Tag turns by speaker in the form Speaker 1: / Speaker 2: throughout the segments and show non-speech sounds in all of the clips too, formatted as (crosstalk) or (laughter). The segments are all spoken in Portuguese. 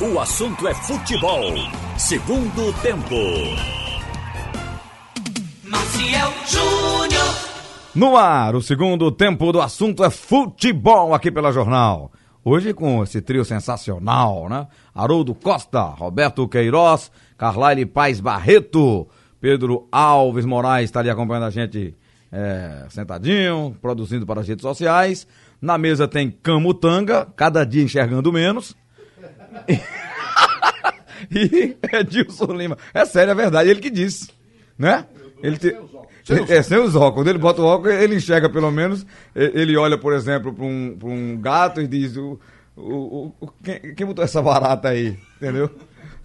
Speaker 1: O assunto é futebol. Segundo tempo.
Speaker 2: Maciel Júnior.
Speaker 3: No ar, o segundo tempo do assunto é futebol aqui pela Jornal. Hoje com esse trio sensacional, né? Haroldo Costa, Roberto Queiroz, Carlyle Paz Barreto, Pedro Alves Moraes está ali acompanhando a gente é, sentadinho, produzindo para as redes sociais. Na mesa tem Camutanga, cada dia enxergando menos. (laughs) E Edilson Lima. É sério, é verdade, ele que disse, né? Ele te... É sem os óculos. Quando ele bota o óculos, ele enxerga pelo menos. E- Ele olha, por exemplo, para um, pra um gato e diz: o, o, o- quem, quem botou essa barata aí? Entendeu?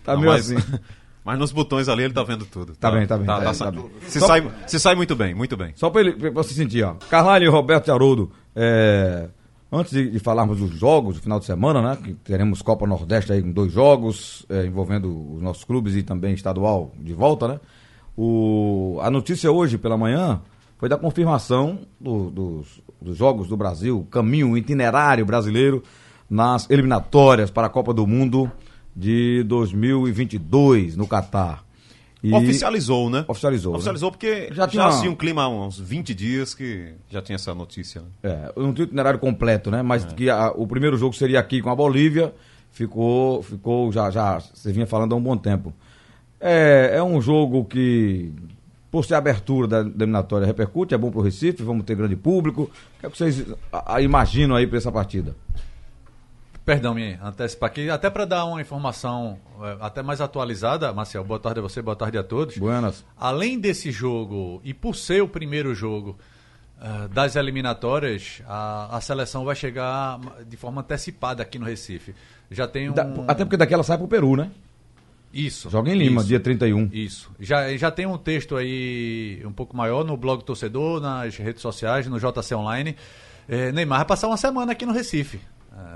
Speaker 3: Tá
Speaker 4: Não,
Speaker 3: meio
Speaker 4: mas,
Speaker 3: assim.
Speaker 4: (laughs) mas nos botões ali ele tá vendo tudo.
Speaker 3: Tá bem, tá bem, tá bem,
Speaker 4: sa-
Speaker 3: tá bem.
Speaker 4: Se,
Speaker 3: Só-
Speaker 4: sai, se sai muito bem, muito bem.
Speaker 3: Só pra, ele, pra você sentir, ó. Carvalho, Roberto e Haroldo, é, antes de, de falarmos dos jogos do final de semana, né? Que teremos Copa Nordeste aí com dois jogos, é, envolvendo os nossos clubes e também estadual de volta, né? O, a notícia hoje pela manhã foi da confirmação do- dos, dos Jogos do Brasil, caminho, itinerário brasileiro nas eliminatórias para a Copa do Mundo de 2022 no Catar. E-
Speaker 4: Oficializou, né?
Speaker 3: Oficializou, né?
Speaker 4: Oficializou porque
Speaker 3: Já tinha
Speaker 4: já tinha
Speaker 3: uma-
Speaker 4: assim, um clima há uns 20 dias que já tinha essa notícia. né?
Speaker 3: É, eu não tenho o itinerário completo, né?
Speaker 5: É.
Speaker 3: Mas que a- o primeiro jogo seria aqui com a Bolívia, ficou, ficou já, já você vinha falando há um bom tempo. É, é um jogo que, por ser a abertura da eliminatória, repercute, é bom pro Recife, vamos ter grande público. O que, é que vocês a- a- imaginam aí pra essa partida?
Speaker 5: Perdão, me antecipar aqui, até para dar uma informação eh, até mais atualizada, Marcel, boa tarde a você, boa tarde a todos.
Speaker 3: Buenas.
Speaker 5: Além desse jogo, e por ser o primeiro jogo ah, das eliminatórias, a, a seleção vai chegar de forma antecipada aqui no Recife. Já tem um...
Speaker 3: Da- até porque daqui ela sai pro Peru, né?
Speaker 5: Isso.
Speaker 3: Joga em Lima,
Speaker 5: isso.
Speaker 3: dia 31.
Speaker 5: Isso. Já, já tem um texto aí um pouco maior no blog Torcedor, nas redes sociais, no JC Online. Eh, Neymar vai passar uma semana aqui no Recife.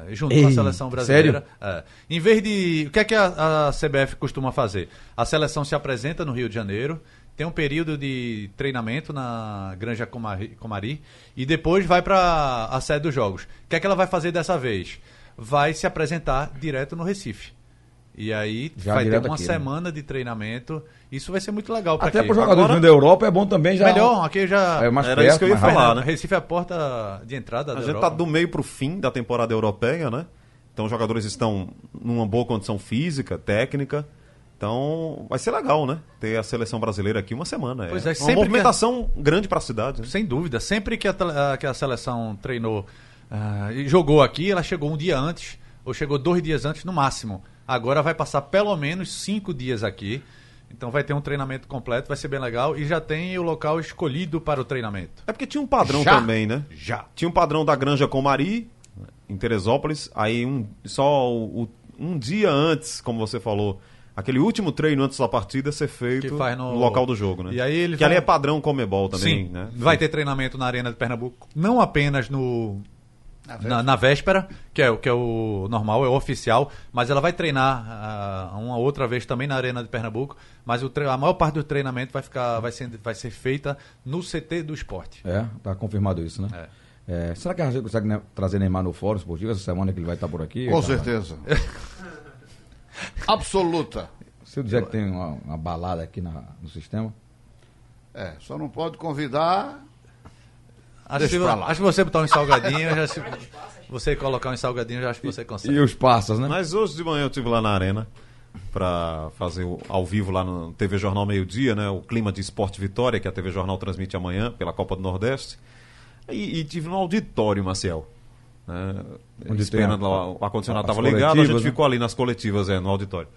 Speaker 5: eh, junto com
Speaker 3: Ei,
Speaker 5: a seleção brasileira.
Speaker 3: sério?
Speaker 5: É. Em vez de. O que é que a, a CBF costuma fazer? A seleção se apresenta no Rio de Janeiro, tem um período de treinamento na Granja Comari, Comari, e depois vai para a sede dos jogos. O que é que ela vai fazer dessa vez? Vai se apresentar direto no Recife. E aí
Speaker 3: Já
Speaker 5: vai ter
Speaker 3: direto
Speaker 5: uma
Speaker 3: aqui, né?
Speaker 5: semana de treinamento. Isso vai ser muito legal para
Speaker 3: até pro jogador vindo da Europa é bom também já.
Speaker 5: Melhor, aqui já.
Speaker 3: É mais
Speaker 4: Era
Speaker 3: perto,
Speaker 4: isso que eu ia
Speaker 3: mais
Speaker 4: falar,
Speaker 3: rápido.
Speaker 4: né?
Speaker 5: Recife é a porta de entrada da
Speaker 4: A gente
Speaker 5: Europa.
Speaker 4: tá do meio pro fim da temporada europeia, né? Então os jogadores estão numa boa condição física, técnica. Então vai ser legal, né? Ter a seleção brasileira aqui uma semana.
Speaker 5: Pois é,
Speaker 4: é uma
Speaker 5: sempre que-
Speaker 4: movimentação grande pra cidade. Né?
Speaker 5: Sem dúvida. Sempre que a, tel- a- que a seleção treinou ah, e jogou aqui, ela chegou um dia antes, ou chegou dois dias antes no máximo. Agora vai passar pelo menos cinco dias aqui. Então vai ter um treinamento completo, vai ser bem legal. E já tem o local escolhido para o treinamento.
Speaker 4: É porque tinha um padrão
Speaker 3: Já?
Speaker 4: também, né?
Speaker 5: Já.
Speaker 4: Tinha um padrão da Granja Comari, em Teresópolis, aí um, só o- o- um dia antes, como você falou, aquele último treino antes da partida ser feito
Speaker 5: Que faz no-
Speaker 4: local do jogo, né?
Speaker 5: E aí ele
Speaker 4: que
Speaker 5: vai-
Speaker 4: ali é padrão Comebol também,
Speaker 5: Sim,
Speaker 4: né?
Speaker 5: vai ter treinamento na Arena de Pernambuco, não apenas no na véspera, na, véspera que, é, o- que é o normal, é o oficial, mas ela vai treinar ah, uma outra vez também na Arena de Pernambuco, mas o tre- a maior parte do treinamento vai, ficar, vai, ser, vai ser feita no CT do esporte.
Speaker 3: É, tá confirmado isso, né? É, será que a gente consegue né, trazer Neymar no Fórum Esportivo essa semana que ele vai estar por aqui? tá, né?
Speaker 6: Com
Speaker 4: Então.
Speaker 3: Carvalho?
Speaker 4: (laughs)
Speaker 6: certeza. Absoluta.
Speaker 3: Se eu dizer que tem uma, uma balada aqui na- no sistema.
Speaker 6: É, só não pode convidar.
Speaker 5: Acho,
Speaker 6: Deixa
Speaker 5: que,
Speaker 6: pra lá.
Speaker 5: acho que você botar uns salgadinhos, já se- você colocar uns salgadinhos, eu acho que você
Speaker 3: E
Speaker 5: consegue.
Speaker 3: os passas, né?
Speaker 4: Mas hoje de manhã eu estive lá na Arena para fazer o- ao vivo lá no TV Jornal Meio Dia, né? O clima de esporte vitória que a TV Jornal transmite amanhã pela Copa do Nordeste. E, e tive no auditório, Marcel. Né?
Speaker 3: Onde
Speaker 4: Esperando
Speaker 3: tem a-
Speaker 4: lá, o ar-condicionado
Speaker 3: as
Speaker 4: estava ligado, a gente
Speaker 3: coletivas, né?
Speaker 4: ficou ali nas coletivas, é, no auditório.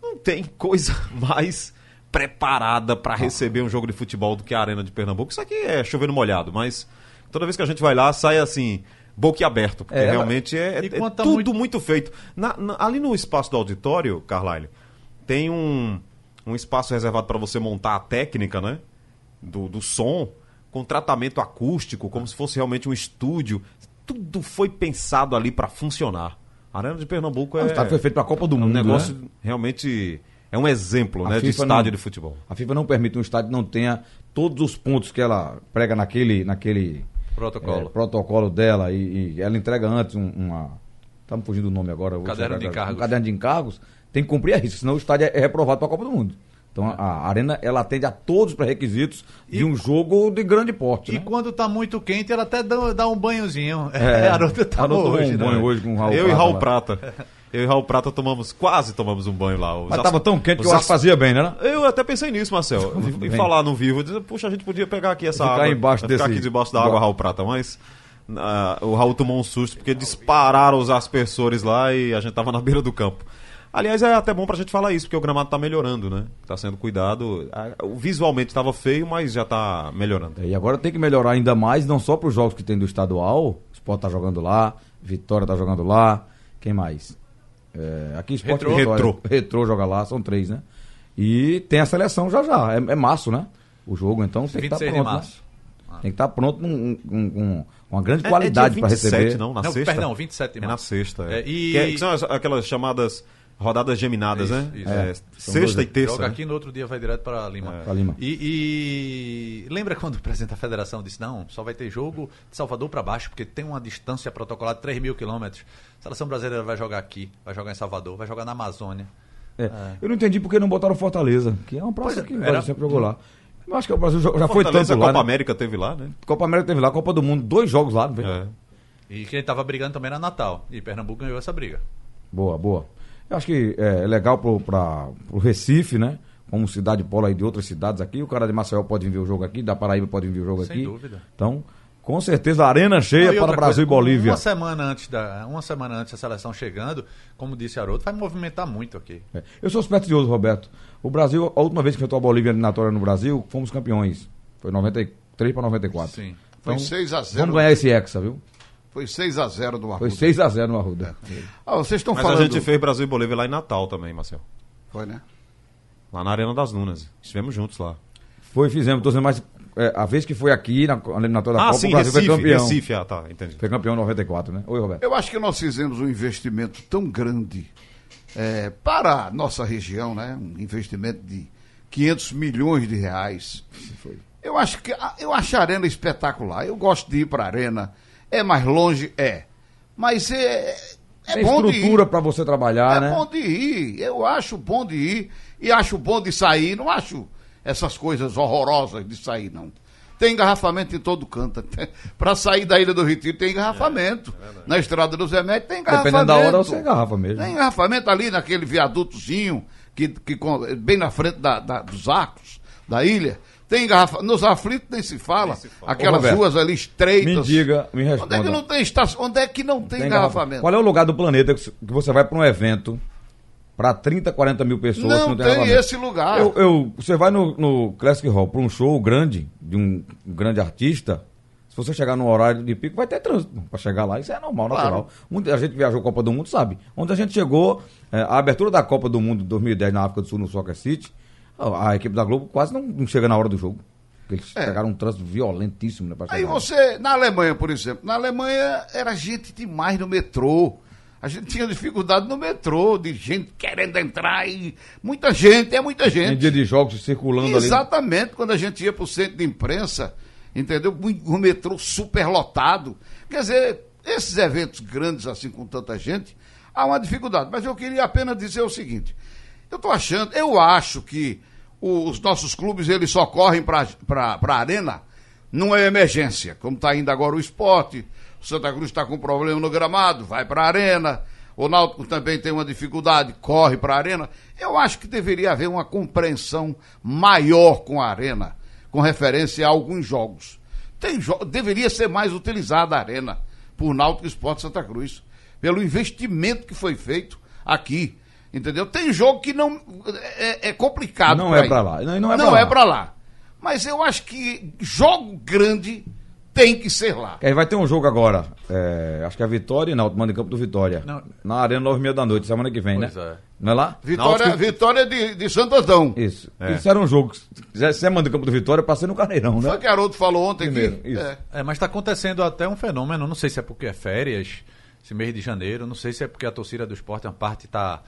Speaker 4: Não tem coisa (laughs) mais preparada para receber um jogo de futebol do que a Arena de Pernambuco. Isso aqui é chover no molhado, mas toda vez que a gente vai lá, sai assim, boquiaberto, porque
Speaker 3: É, ela-
Speaker 4: realmente é, é-
Speaker 5: E
Speaker 4: é
Speaker 5: quanto a
Speaker 4: tudo
Speaker 5: muito-
Speaker 4: muito, feito. Na- na- ali no espaço do auditório, Carlyle, tem um, um espaço reservado para você montar a técnica, né? Do, do som, com tratamento acústico, como se fosse realmente um estúdio. Tudo foi pensado ali para funcionar. A Arena de Pernambuco
Speaker 3: O
Speaker 4: é,
Speaker 3: estádio foi feito para a Copa do
Speaker 4: é um
Speaker 3: Mundo.
Speaker 4: negócio
Speaker 3: né?
Speaker 4: realmente. É um exemplo
Speaker 3: A
Speaker 4: né, de
Speaker 3: FIFA
Speaker 4: estádio
Speaker 3: não-
Speaker 4: de futebol.
Speaker 3: A FIFA não permite um estádio que não tenha todos os pontos que ela prega naquele, é, naquele
Speaker 5: Protocolo.
Speaker 3: eh, protocolo dela e, e ela entrega antes um- uma, Tá me fugindo do nome agora. eu vou
Speaker 5: Caderno
Speaker 3: checar
Speaker 5: de
Speaker 3: agora.
Speaker 5: encargos.
Speaker 3: Um caderno de encargos, tem que cumprir a risca, senão o estádio é reprovado para a Copa do Mundo. Então a, a Arena, ela atende a todos os pré-requisitos de um jogo de grande porte.
Speaker 5: E
Speaker 3: né?
Speaker 5: quando tá muito quente, ela até dá, dá um banhozinho.
Speaker 3: É,
Speaker 5: (laughs) É, Haroldo tá
Speaker 3: Haroldo tomou
Speaker 5: hoje,
Speaker 3: um
Speaker 5: né?
Speaker 3: banho hoje com o Raul
Speaker 4: eu e
Speaker 3: Prata
Speaker 4: Raul
Speaker 3: lá.
Speaker 4: Prata. Eu e Raul Prata tomamos, quase tomamos um banho lá. Os
Speaker 3: Mas
Speaker 4: ass-
Speaker 3: tava tão quente que
Speaker 4: os
Speaker 3: eu acho
Speaker 4: ass-
Speaker 3: que fazia bem, né? né?
Speaker 4: Eu até pensei nisso,
Speaker 3: (laughs)
Speaker 4: Marcel.
Speaker 3: Muito
Speaker 4: E
Speaker 3: bem.
Speaker 4: falar no vivo, dizer, puxa, a gente podia pegar aqui essa
Speaker 3: Ficar
Speaker 4: água.
Speaker 3: embaixo
Speaker 4: ficar
Speaker 3: desse-
Speaker 4: aqui debaixo da água, Raul Prata, mas. ah, o Raul tomou um susto porque dispararam os aspersores lá e a gente tava na beira do campo. Aliás, é até bom pra gente falar isso, porque o gramado tá melhorando, né? Tá sendo cuidado. Ah, Visualmente tava feio, mas já tá melhorando.
Speaker 3: É, E agora tem que melhorar ainda mais, não só para os jogos que tem do estadual. O Sport tá jogando lá, Vitória tá jogando lá. Quem mais? É, aqui Sport
Speaker 5: Retrô.
Speaker 3: Vitória.
Speaker 4: Retrô.
Speaker 3: Retrô joga lá, são três, né? E tem a seleção já já. É, é março, né? O jogo, então tem que estar
Speaker 5: 26 de
Speaker 3: pronto. né?
Speaker 5: março.
Speaker 3: Tem que estar pronto com, com- com uma grande
Speaker 4: Ah. É-
Speaker 3: qualidade
Speaker 4: é
Speaker 3: para
Speaker 4: dia 27,
Speaker 3: receber.
Speaker 4: não? Na
Speaker 5: Não,
Speaker 4: sexta?
Speaker 5: perdão, 27 de
Speaker 4: É na
Speaker 5: março.
Speaker 4: sexta. É.
Speaker 5: É, e-
Speaker 4: Que, é- que são as- aquelas chamadas rodadas geminadas,
Speaker 5: Isso,
Speaker 4: né?
Speaker 5: isso.
Speaker 4: É,
Speaker 3: É.
Speaker 4: sexta
Speaker 3: dois-
Speaker 4: e terça.
Speaker 5: Joga
Speaker 4: né?
Speaker 5: aqui no outro dia vai direto para Lima.
Speaker 3: Pra Lima.
Speaker 5: E, e lembra quando o presidente da federação disse: não, só vai ter jogo de Salvador para baixo, porque tem uma distância protocolada de 3 mil quilômetros. A seleção brasileira vai jogar aqui, vai jogar em Salvador, vai jogar na Amazônia.
Speaker 3: É. Eu não entendi porque não botaram Fortaleza, que é uma praça
Speaker 5: Pois é,
Speaker 3: que o
Speaker 5: era-
Speaker 3: Brasil sempre jogou lá. Eu acho que o Brasil jo- já foi
Speaker 4: um Fortaleza,
Speaker 3: tanto
Speaker 4: a
Speaker 3: lá.
Speaker 4: Copa
Speaker 3: né?
Speaker 4: América teve lá, né?
Speaker 3: Copa América teve lá, Copa do Mundo, dois jogos lá, né? não foi?
Speaker 4: É.
Speaker 5: E quem estava brigando também era Natal. E Pernambuco ganhou essa briga.
Speaker 3: Boa, boa. Eu acho que é é legal pro, pra, pro Recife, né? Como cidade polo aí de outras cidades aqui. O cara de Maceió pode vir ver o jogo aqui, da Paraíba pode vir ver o jogo
Speaker 5: Sem
Speaker 3: aqui.
Speaker 5: dúvida.
Speaker 3: Então, com certeza, arena
Speaker 5: Não,
Speaker 3: cheia
Speaker 5: e
Speaker 3: para
Speaker 5: outra
Speaker 3: Brasil e
Speaker 5: coisa,
Speaker 3: Bolívia.
Speaker 5: Uma semana antes da, uma semana antes da seleção chegando, como disse Haroldo, vai movimentar muito aqui.
Speaker 3: É. Eu sou supersticioso, Roberto. O Brasil, a última vez que enfrentou a Bolívia eliminatória no Brasil, fomos campeões. Foi 93 para 94.
Speaker 5: Sim.
Speaker 6: Foi
Speaker 3: Então,
Speaker 6: 6 a 0.
Speaker 3: Vamos ganhar esse Hexa, viu?
Speaker 6: Foi 6 a 0 do
Speaker 3: Foi
Speaker 6: Marcos.
Speaker 3: 6 a 0 no Arruda.
Speaker 5: É,
Speaker 6: Ah, vocês estão
Speaker 4: Mas
Speaker 6: falando.
Speaker 4: a gente fez Brasil e Bolívia lá em Natal também, Marcel.
Speaker 6: Foi, né?
Speaker 4: Lá na Arena das Lunas. Estivemos juntos lá.
Speaker 3: Foi, fizemos. Tô dizendo, mas é, a vez que foi aqui na, co- na eliminatória da
Speaker 4: ah,
Speaker 3: Copa,
Speaker 4: sim,
Speaker 3: o Tá, Brasil
Speaker 4: Recife.
Speaker 3: foi campeão.
Speaker 4: Recife, ah, tá, entendi.
Speaker 3: Foi campeão em 94, né? Oi, Roberto.
Speaker 6: Eu acho que nós fizemos um investimento tão grande eh, para a nossa região, né? Um investimento de 500 milhões de reais. Eu acho que a- eu acho a arena espetacular. Eu gosto de ir para a arena. É mais longe, é, mas é é
Speaker 3: Tem
Speaker 6: bom de ir.
Speaker 3: estrutura pra você trabalhar,
Speaker 6: é
Speaker 3: né?
Speaker 6: bom de ir. Eu acho bom de ir e acho bom de sair. Não acho essas coisas horrorosas de sair, não. Tem engarrafamento em todo canto. (laughs) Para sair da Ilha do Retiro tem engarrafamento. Na Estrada dos Remédios tem engarrafamento.
Speaker 3: É, Dependendo da hora, você engarrafa mesmo.
Speaker 6: Tem engarrafamento ali naquele viadutozinho, que, que, com- bem na frente da- da- dos arcos da ilha. Tem engarrafamento. Nos aflitos nem se fala.
Speaker 3: Ô,
Speaker 6: Aquelas
Speaker 3: Roberto,
Speaker 6: ruas ali estreitas.
Speaker 3: me diga, me
Speaker 6: Onde é que
Speaker 3: responda.
Speaker 6: não tem estação? Onde é que não tem,
Speaker 3: Tem engarrafa-
Speaker 6: engarrafamento?
Speaker 3: Qual é o lugar do planeta que se- que você vai pra um evento pra 30, 40 mil pessoas que
Speaker 6: Não tem
Speaker 3: engarrafamento?
Speaker 6: esse Ah. lugar.
Speaker 3: Eu, eu- você vai no, no Classic Hall pra um show grande, de um grande artista, se você chegar num horário de pico, vai ter trânsito pra chegar lá. Isso é normal,
Speaker 6: Claro.
Speaker 3: natural. Muita- a gente viajou a Copa do Mundo, sabe? Onde a gente chegou, eh, a abertura da Copa do Mundo de 2010 na África do Sul, no Soccer City, a, a equipe da Globo quase não, não chega na hora do jogo. Porque eles
Speaker 6: É.
Speaker 3: pegaram um trânsito violentíssimo, né? Pra
Speaker 6: Aí
Speaker 3: chegar lá.
Speaker 6: você, na Alemanha, por exemplo, na Alemanha era gente demais no metrô. A gente tinha dificuldade no metrô, de gente querendo entrar e muita gente, é muita
Speaker 3: Em
Speaker 6: gente.
Speaker 3: dia de jogos circulando ali.
Speaker 6: Exatamente, quando a gente ia para o centro de imprensa, entendeu? Mui- O metrô superlotado. Quer dizer, esses eventos grandes assim com tanta gente, há uma dificuldade. Mas eu queria apenas dizer o seguinte: eu estou achando, eu acho que o- os nossos clubes eles só correm para a arena numa é emergência, como está ainda agora o esporte. O Santa Cruz está com problema no gramado, vai para a arena. O Náutico também tem uma dificuldade, corre para a arena. Eu acho que deveria haver uma compreensão maior com a arena, com referência a alguns jogos. Tem jo- deveria ser mais utilizada a arena por Náutico Esporte Santa Cruz, pelo investimento que foi feito aqui. Entendeu? Tem jogo que não é, é complicado.
Speaker 3: Não
Speaker 6: pra
Speaker 3: é
Speaker 6: ir.
Speaker 3: pra lá, não- não é pra
Speaker 6: não
Speaker 3: lá.
Speaker 6: é para lá. Mas eu acho que jogo grande tem que ser lá.
Speaker 3: Aí vai ter um jogo agora. é, acho que é Vitória e Náutico, manda em campo do Vitória.
Speaker 5: Não.
Speaker 3: Na Arena, nove e meia da noite, semana que vem,
Speaker 5: Pois
Speaker 3: né?
Speaker 5: é.
Speaker 3: Não é lá?
Speaker 6: Vitória,
Speaker 4: Náutico-
Speaker 6: vitória de, de Santo Antão.
Speaker 3: Isso.
Speaker 4: É.
Speaker 3: Isso era um jogo. que Se quiser ser manda em campo do Vitória, passei no Carneirão,
Speaker 6: Foi
Speaker 3: né?
Speaker 6: o que Haroldo falou ontem
Speaker 3: Primeiro,
Speaker 6: que.
Speaker 3: isso.
Speaker 6: é.
Speaker 5: É, mas está acontecendo até um fenômeno, não sei se é porque é férias, esse mês de janeiro, não sei se é porque a torcida do esporte, uma parte está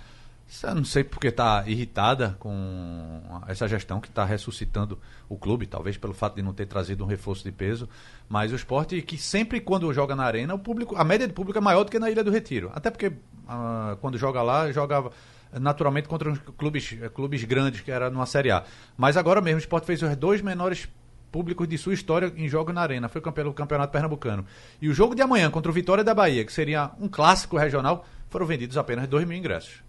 Speaker 5: Eu não sei porque está irritada com essa gestão que está ressuscitando o clube, talvez pelo fato de não ter trazido um reforço de peso, mas o esporte que sempre quando joga na arena, o público, a média de público é maior do que na Ilha do Retiro. Até porque ah, quando joga lá, jogava naturalmente contra os clubes, eh, clubes grandes, que era numa Série A. Mas agora mesmo o esporte fez os dois menores públicos de sua história em jogos na arena. Foi campeão do Campeonato Pernambucano. E o jogo de amanhã contra o Vitória da Bahia, que seria um clássico regional, foram vendidos apenas 2 mil ingressos.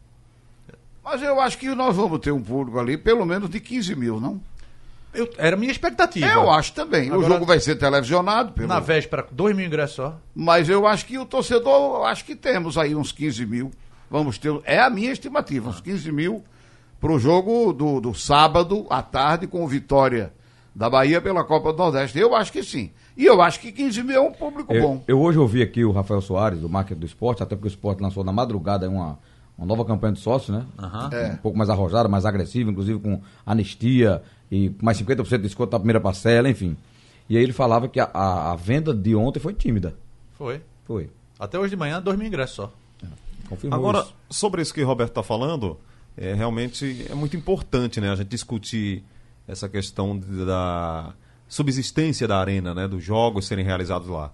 Speaker 6: Mas eu acho que nós vamos ter um público ali, pelo menos de 15 mil, não?
Speaker 5: Eu- era a minha expectativa.
Speaker 6: Eu acho também. o
Speaker 5: Agora-
Speaker 6: jogo vai ser televisionado, pelo...
Speaker 5: Na véspera, 2 mil ingressos só.
Speaker 6: mas eu acho que o torcedor, eu acho que temos aí uns 15 mil. Vamos ter. É a minha estimativa, uns 15 mil para o jogo do, do sábado à tarde com o Vitória da Bahia pela Copa do Nordeste. Eu acho que sim. E eu acho que 15 mil é um público
Speaker 3: Eu,
Speaker 6: bom.
Speaker 3: eu hoje ouvi aqui o Rafael Soares, do marketing do esporte, até porque o esporte lançou na madrugada uma, uma nova campanha de sócios, né?
Speaker 6: É.
Speaker 3: Um pouco mais arrojada, mais agressiva, inclusive com anistia e mais 50% de desconto na primeira parcela, enfim. E aí ele falava que a, a- a venda de ontem foi tímida.
Speaker 5: Foi.
Speaker 3: Foi.
Speaker 5: Até hoje de manhã, 2 mil ingressos só.
Speaker 3: Confirmou
Speaker 4: Agora,
Speaker 3: isso.
Speaker 4: sobre isso que o Roberto está falando, é, realmente é muito importante né, a gente discutir essa questão de- da subsistência da arena, né, dos jogos serem realizados lá.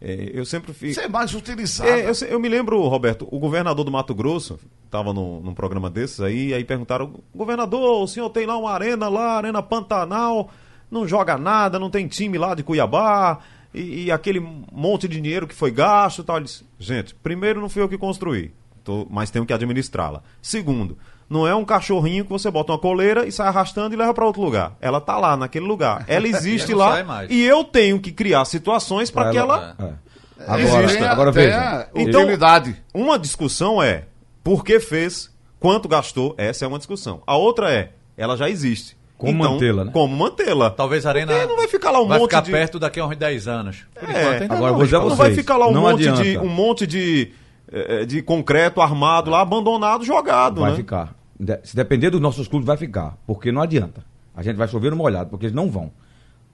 Speaker 4: É, eu sempre fico.
Speaker 6: Isso é mais utilizado.
Speaker 4: É, eu, se- eu me lembro, Roberto, o governador do Mato Grosso estava num, num programa desses aí, aí perguntaram, governador, o senhor tem lá uma arena lá, Arena Pantanal, não joga nada, não tem time lá de Cuiabá, e, e aquele monte de dinheiro que foi gasto e tal. Ele disse, gente, primeiro não fui eu que construí, tô- mas tenho que administrá-la. Segundo, não é um cachorrinho que você bota uma coleira e sai arrastando e leva para outro lugar. Ela tá lá, naquele lugar.
Speaker 3: (laughs)
Speaker 4: Ela existe
Speaker 5: não sai
Speaker 4: lá
Speaker 5: mais.
Speaker 4: e eu tenho que criar situações para
Speaker 3: é Pra
Speaker 4: que ela
Speaker 3: é.
Speaker 6: Existem
Speaker 3: Agora, agora
Speaker 6: até Então,
Speaker 3: veja. Então,
Speaker 6: Utilidade.
Speaker 4: uma discussão é por que fez, quanto gastou, essa é uma discussão. A outra é, ela já existe. Então,
Speaker 3: Como mantê-la, né?
Speaker 4: Como mantê-la.
Speaker 5: Talvez a arena.
Speaker 4: Porque não vai ficar lá um
Speaker 5: vai
Speaker 4: monte
Speaker 5: ficar
Speaker 4: de-
Speaker 5: perto daqui a uns 10 anos. Por
Speaker 4: É,
Speaker 5: enquanto, ainda
Speaker 3: agora
Speaker 5: não.
Speaker 3: vou dizer a
Speaker 4: não
Speaker 3: vocês,
Speaker 4: vai ficar lá um
Speaker 3: não
Speaker 4: monte
Speaker 3: adianta.
Speaker 4: de um monte de eh, de concreto armado lá abandonado jogado,
Speaker 3: Vai
Speaker 4: né?
Speaker 3: ficar. De- Se depender dos nossos clubes, vai ficar. Porque não adianta. A gente vai chover no molhado, porque eles não vão.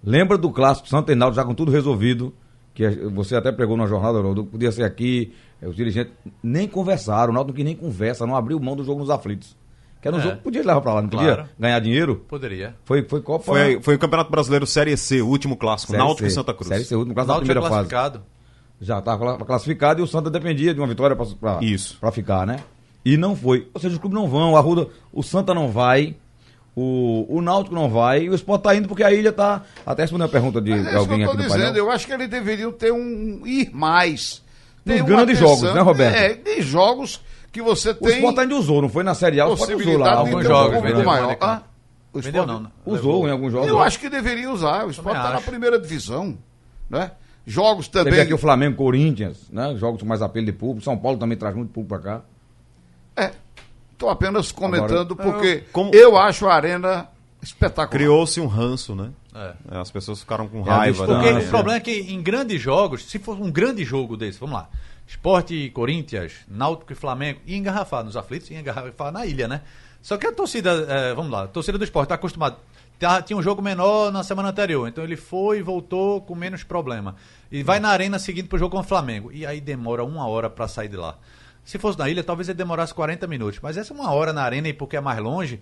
Speaker 3: Lembra do clássico Santo Reinaldo, já com tudo resolvido, que a- você até pregou na jornada, Haroldo, podia ser aqui, eh, os dirigentes nem conversaram, o Náutico que nem conversa, não abriu mão do jogo nos aflitos. Que era um
Speaker 5: É.
Speaker 3: jogo que podia levar pra lá, não podia
Speaker 5: Claro.
Speaker 3: ganhar dinheiro.
Speaker 5: Poderia.
Speaker 3: Foi, foi Copa.
Speaker 4: Foi, foi o Campeonato Brasileiro Série C, o último clássico,
Speaker 3: Série
Speaker 4: Náutico
Speaker 3: C.
Speaker 4: e Santa Cruz.
Speaker 3: Série C, último
Speaker 5: O
Speaker 3: clássico da
Speaker 5: Náutico é
Speaker 3: primeira fase.
Speaker 5: classificado.
Speaker 3: Já estava classificado e o Santa dependia de uma vitória
Speaker 4: Isso.
Speaker 3: para ficar, né? E não foi. Ou seja, os clubes não vão, o Arruda, o Santa não vai, o, o Náutico não vai, e o Sport tá indo porque a ilha tá. Até respondendo a pergunta de
Speaker 6: Mas é isso que
Speaker 3: alguém
Speaker 6: eu
Speaker 3: aqui
Speaker 6: estou
Speaker 3: do
Speaker 6: dizendo.
Speaker 3: painel.
Speaker 6: Eu acho que eles deveriam ter um ir mais. Ter
Speaker 3: Nos
Speaker 6: uma
Speaker 3: grandes
Speaker 6: atenção-
Speaker 3: jogos, né, Roberto?
Speaker 6: É, de jogos que você
Speaker 3: O
Speaker 6: tem
Speaker 3: Sport ainda usou, não foi na Série A, o Sport usou lá.
Speaker 6: possibilidade de ter um
Speaker 3: alguns
Speaker 5: alguns jogos,
Speaker 6: público
Speaker 5: vendeu,
Speaker 6: maior.
Speaker 5: vendeu.
Speaker 6: Ah, o
Speaker 5: Vendeu
Speaker 6: Sport-
Speaker 5: não. né?
Speaker 3: Usou
Speaker 5: Levou.
Speaker 3: em alguns jogos.
Speaker 6: Eu acho que deveria usar. O Sport está na
Speaker 5: acho.
Speaker 6: primeira divisão. Né? Jogos também.
Speaker 3: Teve aqui o Flamengo, Corinthians, né? Jogos com mais apelo de público. São Paulo também traz muito público pra cá.
Speaker 6: Estou É, apenas comentando
Speaker 4: Agora-
Speaker 6: porque
Speaker 4: Eu- como-
Speaker 6: eu acho a arena espetacular.
Speaker 4: Criou-se um ranço, né?
Speaker 5: É.
Speaker 4: As pessoas ficaram com
Speaker 3: É a
Speaker 4: raiva.
Speaker 3: distância.
Speaker 4: da
Speaker 3: Ah,
Speaker 5: Porque
Speaker 4: arena.
Speaker 5: o problema é que em grandes jogos, se for um grande jogo desse, vamos lá, Esporte e Corinthians, Náutico e Flamengo, ia engarrafar nos aflitos, ia engarrafar na ilha, né? Só que a torcida, eh, vamos lá, a torcida do esporte está acostumada. Tá- tinha um jogo menor na semana anterior, então ele foi e voltou com menos problema. E vai na arena seguinte pro jogo com o Flamengo. E aí demora uma hora para sair de lá. Se fosse na ilha, talvez ele demorasse 40 minutos. Mas essa é uma hora na arena e porque é mais longe,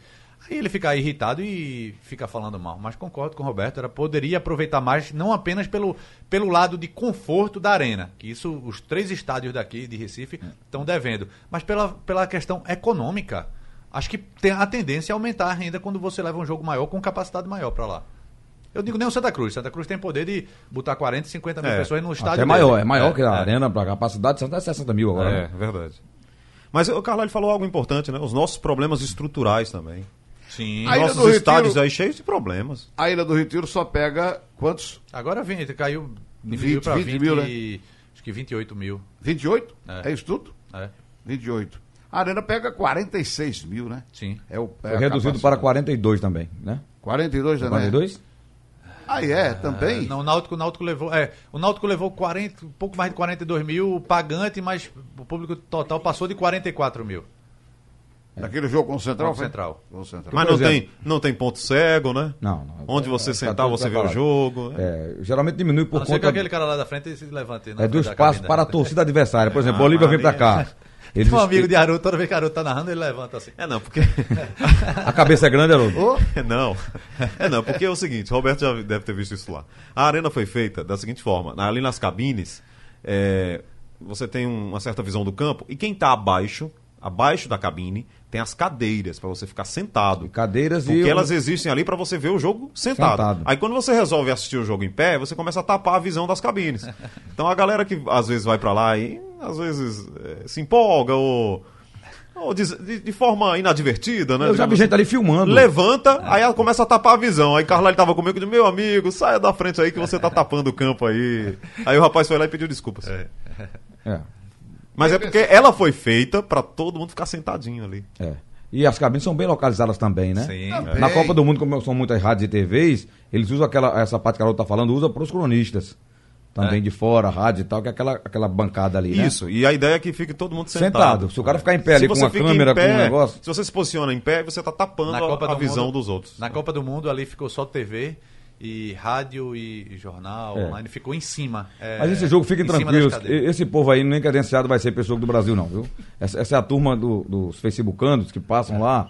Speaker 5: aí ele fica irritado e fica falando mal. Mas concordo com o Roberto, era, poderia aproveitar mais, não apenas pelo, pelo lado de conforto da arena, que isso os três estádios daqui de Recife estão devendo, mas pela, pela questão econômica. Acho que tem a tendência é aumentar a renda quando você leva um jogo maior com capacidade maior para lá. Eu digo nem o Santa Cruz. Santa Cruz tem poder de botar 40, 50 mil
Speaker 4: É.
Speaker 5: pessoas no estádio.
Speaker 3: Até maior,
Speaker 5: dele.
Speaker 3: é maior que a
Speaker 5: é.
Speaker 3: Arena, pra capacidade de Santa é 60 mil agora.
Speaker 4: É,
Speaker 3: né?
Speaker 4: verdade. Mas o Carlalho falou algo importante, né? Os nossos problemas estruturais também.
Speaker 5: Sim.
Speaker 6: Aí- Ilha do
Speaker 4: Nossos
Speaker 6: Retiro-
Speaker 4: estádios aí cheios de problemas.
Speaker 6: A Ilha do Retiro só pega quantos?
Speaker 5: Agora 20, caiu, diminuiu
Speaker 6: 20,
Speaker 5: para 20,
Speaker 6: 20 mil, né?
Speaker 5: e- acho que 28 mil.
Speaker 6: 28?
Speaker 5: É.
Speaker 6: é isso tudo?
Speaker 5: É,
Speaker 6: 28. A arena pega 46 mil, né?
Speaker 5: sim.
Speaker 6: É o, é
Speaker 3: Foi
Speaker 6: a
Speaker 3: reduzido
Speaker 6: capacidade.
Speaker 3: para 42 também, né?
Speaker 6: 42, né?
Speaker 3: 42?
Speaker 6: Ah, é, também.
Speaker 5: Não, o Náutico, o Náutico levou, é, o Náutico levou 40, um pouco mais de 42 mil, o pagante, mas o público total passou de 44 mil.
Speaker 6: Daquele jogo com o Central?
Speaker 5: Com o
Speaker 6: foi?
Speaker 5: Central.
Speaker 6: Com o Central.
Speaker 4: Mas
Speaker 3: por
Speaker 4: não
Speaker 3: exemplo-
Speaker 4: tem, não tem ponto cego, né?
Speaker 3: Não, não.
Speaker 4: Onde você
Speaker 3: É, tá
Speaker 4: sentar,
Speaker 3: tudo
Speaker 4: você vê o
Speaker 3: preparado.
Speaker 4: jogo. né?
Speaker 3: É, geralmente diminui
Speaker 5: a
Speaker 3: por
Speaker 5: não ser que
Speaker 3: conta
Speaker 5: aquele cara lá da frente se levante. na
Speaker 3: é,
Speaker 5: frente
Speaker 3: do
Speaker 5: da
Speaker 3: espaço
Speaker 5: cabine. (laughs)
Speaker 3: para a torcida adversária. Por exemplo, Bolívia vem pra cá. Ele
Speaker 5: Tem (laughs) um
Speaker 3: diz
Speaker 5: amigo
Speaker 3: que-
Speaker 5: de Haroldo, toda vez que Haroldo tá narrando, ele levanta assim.
Speaker 4: É não, porque. (laughs)
Speaker 3: A cabeça é grande, Haroldo.
Speaker 4: É não. É não, porque é o seguinte, Roberto já deve ter visto isso lá. A arena foi feita da seguinte forma: na- ali nas cabines, é, você tem um- uma certa visão do campo, e quem está abaixo, abaixo da cabine, tem as cadeiras para você ficar sentado.
Speaker 3: Cadeiras
Speaker 4: Porque
Speaker 3: e. um-
Speaker 4: elas existem ali para você ver o jogo sentado.
Speaker 3: Sentado.
Speaker 4: Aí quando você resolve assistir o jogo em pé, você começa a tapar a visão
Speaker 3: (laughs)
Speaker 4: das cabines. Então a galera que às vezes vai para lá e às vezes eh, se empolga ou, ou diz- de, de forma inadvertida, né?
Speaker 3: Eu já É. vi
Speaker 4: digamos
Speaker 3: gente ali filmando.
Speaker 4: Levanta, aí ela começa a tapar a visão. Aí Carla tava comigo e disse: Meu amigo, saia da frente aí que você tá tapando o campo aí. Aí o rapaz foi lá e pediu desculpas.
Speaker 3: É,
Speaker 4: Mas é porque ela foi feita pra todo mundo ficar sentadinho ali.
Speaker 3: é. E as cabines são bem localizadas também, né?
Speaker 5: Sim.
Speaker 6: Também.
Speaker 3: Na Copa do Mundo, como são muitas rádios e TVs, eles usam aquela, essa parte que a Haroldo tá falando, usa para os cronistas. Também
Speaker 5: É.
Speaker 3: de fora, rádio e tal, que é aquela, aquela bancada ali, né?
Speaker 4: Isso, e a ideia é que fique todo mundo sentado.
Speaker 3: Sentado. Se o cara ficar em pé ali com
Speaker 4: você
Speaker 3: uma
Speaker 4: fica em
Speaker 3: câmera,
Speaker 4: pé,
Speaker 3: com um negócio-
Speaker 4: Se você se posiciona em pé, você tá tapando
Speaker 5: Na
Speaker 4: a,
Speaker 5: Copa
Speaker 4: a
Speaker 5: do
Speaker 4: visão
Speaker 5: Mundo-
Speaker 4: dos outros.
Speaker 5: Na Copa do Mundo ali ficou só TV e rádio e jornal
Speaker 3: É.
Speaker 5: online ficou em cima. é,
Speaker 3: Mas esse jogo fiquem
Speaker 5: em cima das
Speaker 3: tranquilos.
Speaker 5: cadeiras.
Speaker 3: e- Esse povo aí nem credenciado vai ser pessoa do Brasil, não, viu? Essa, essa é a turma do- dos facebookandos que passam lá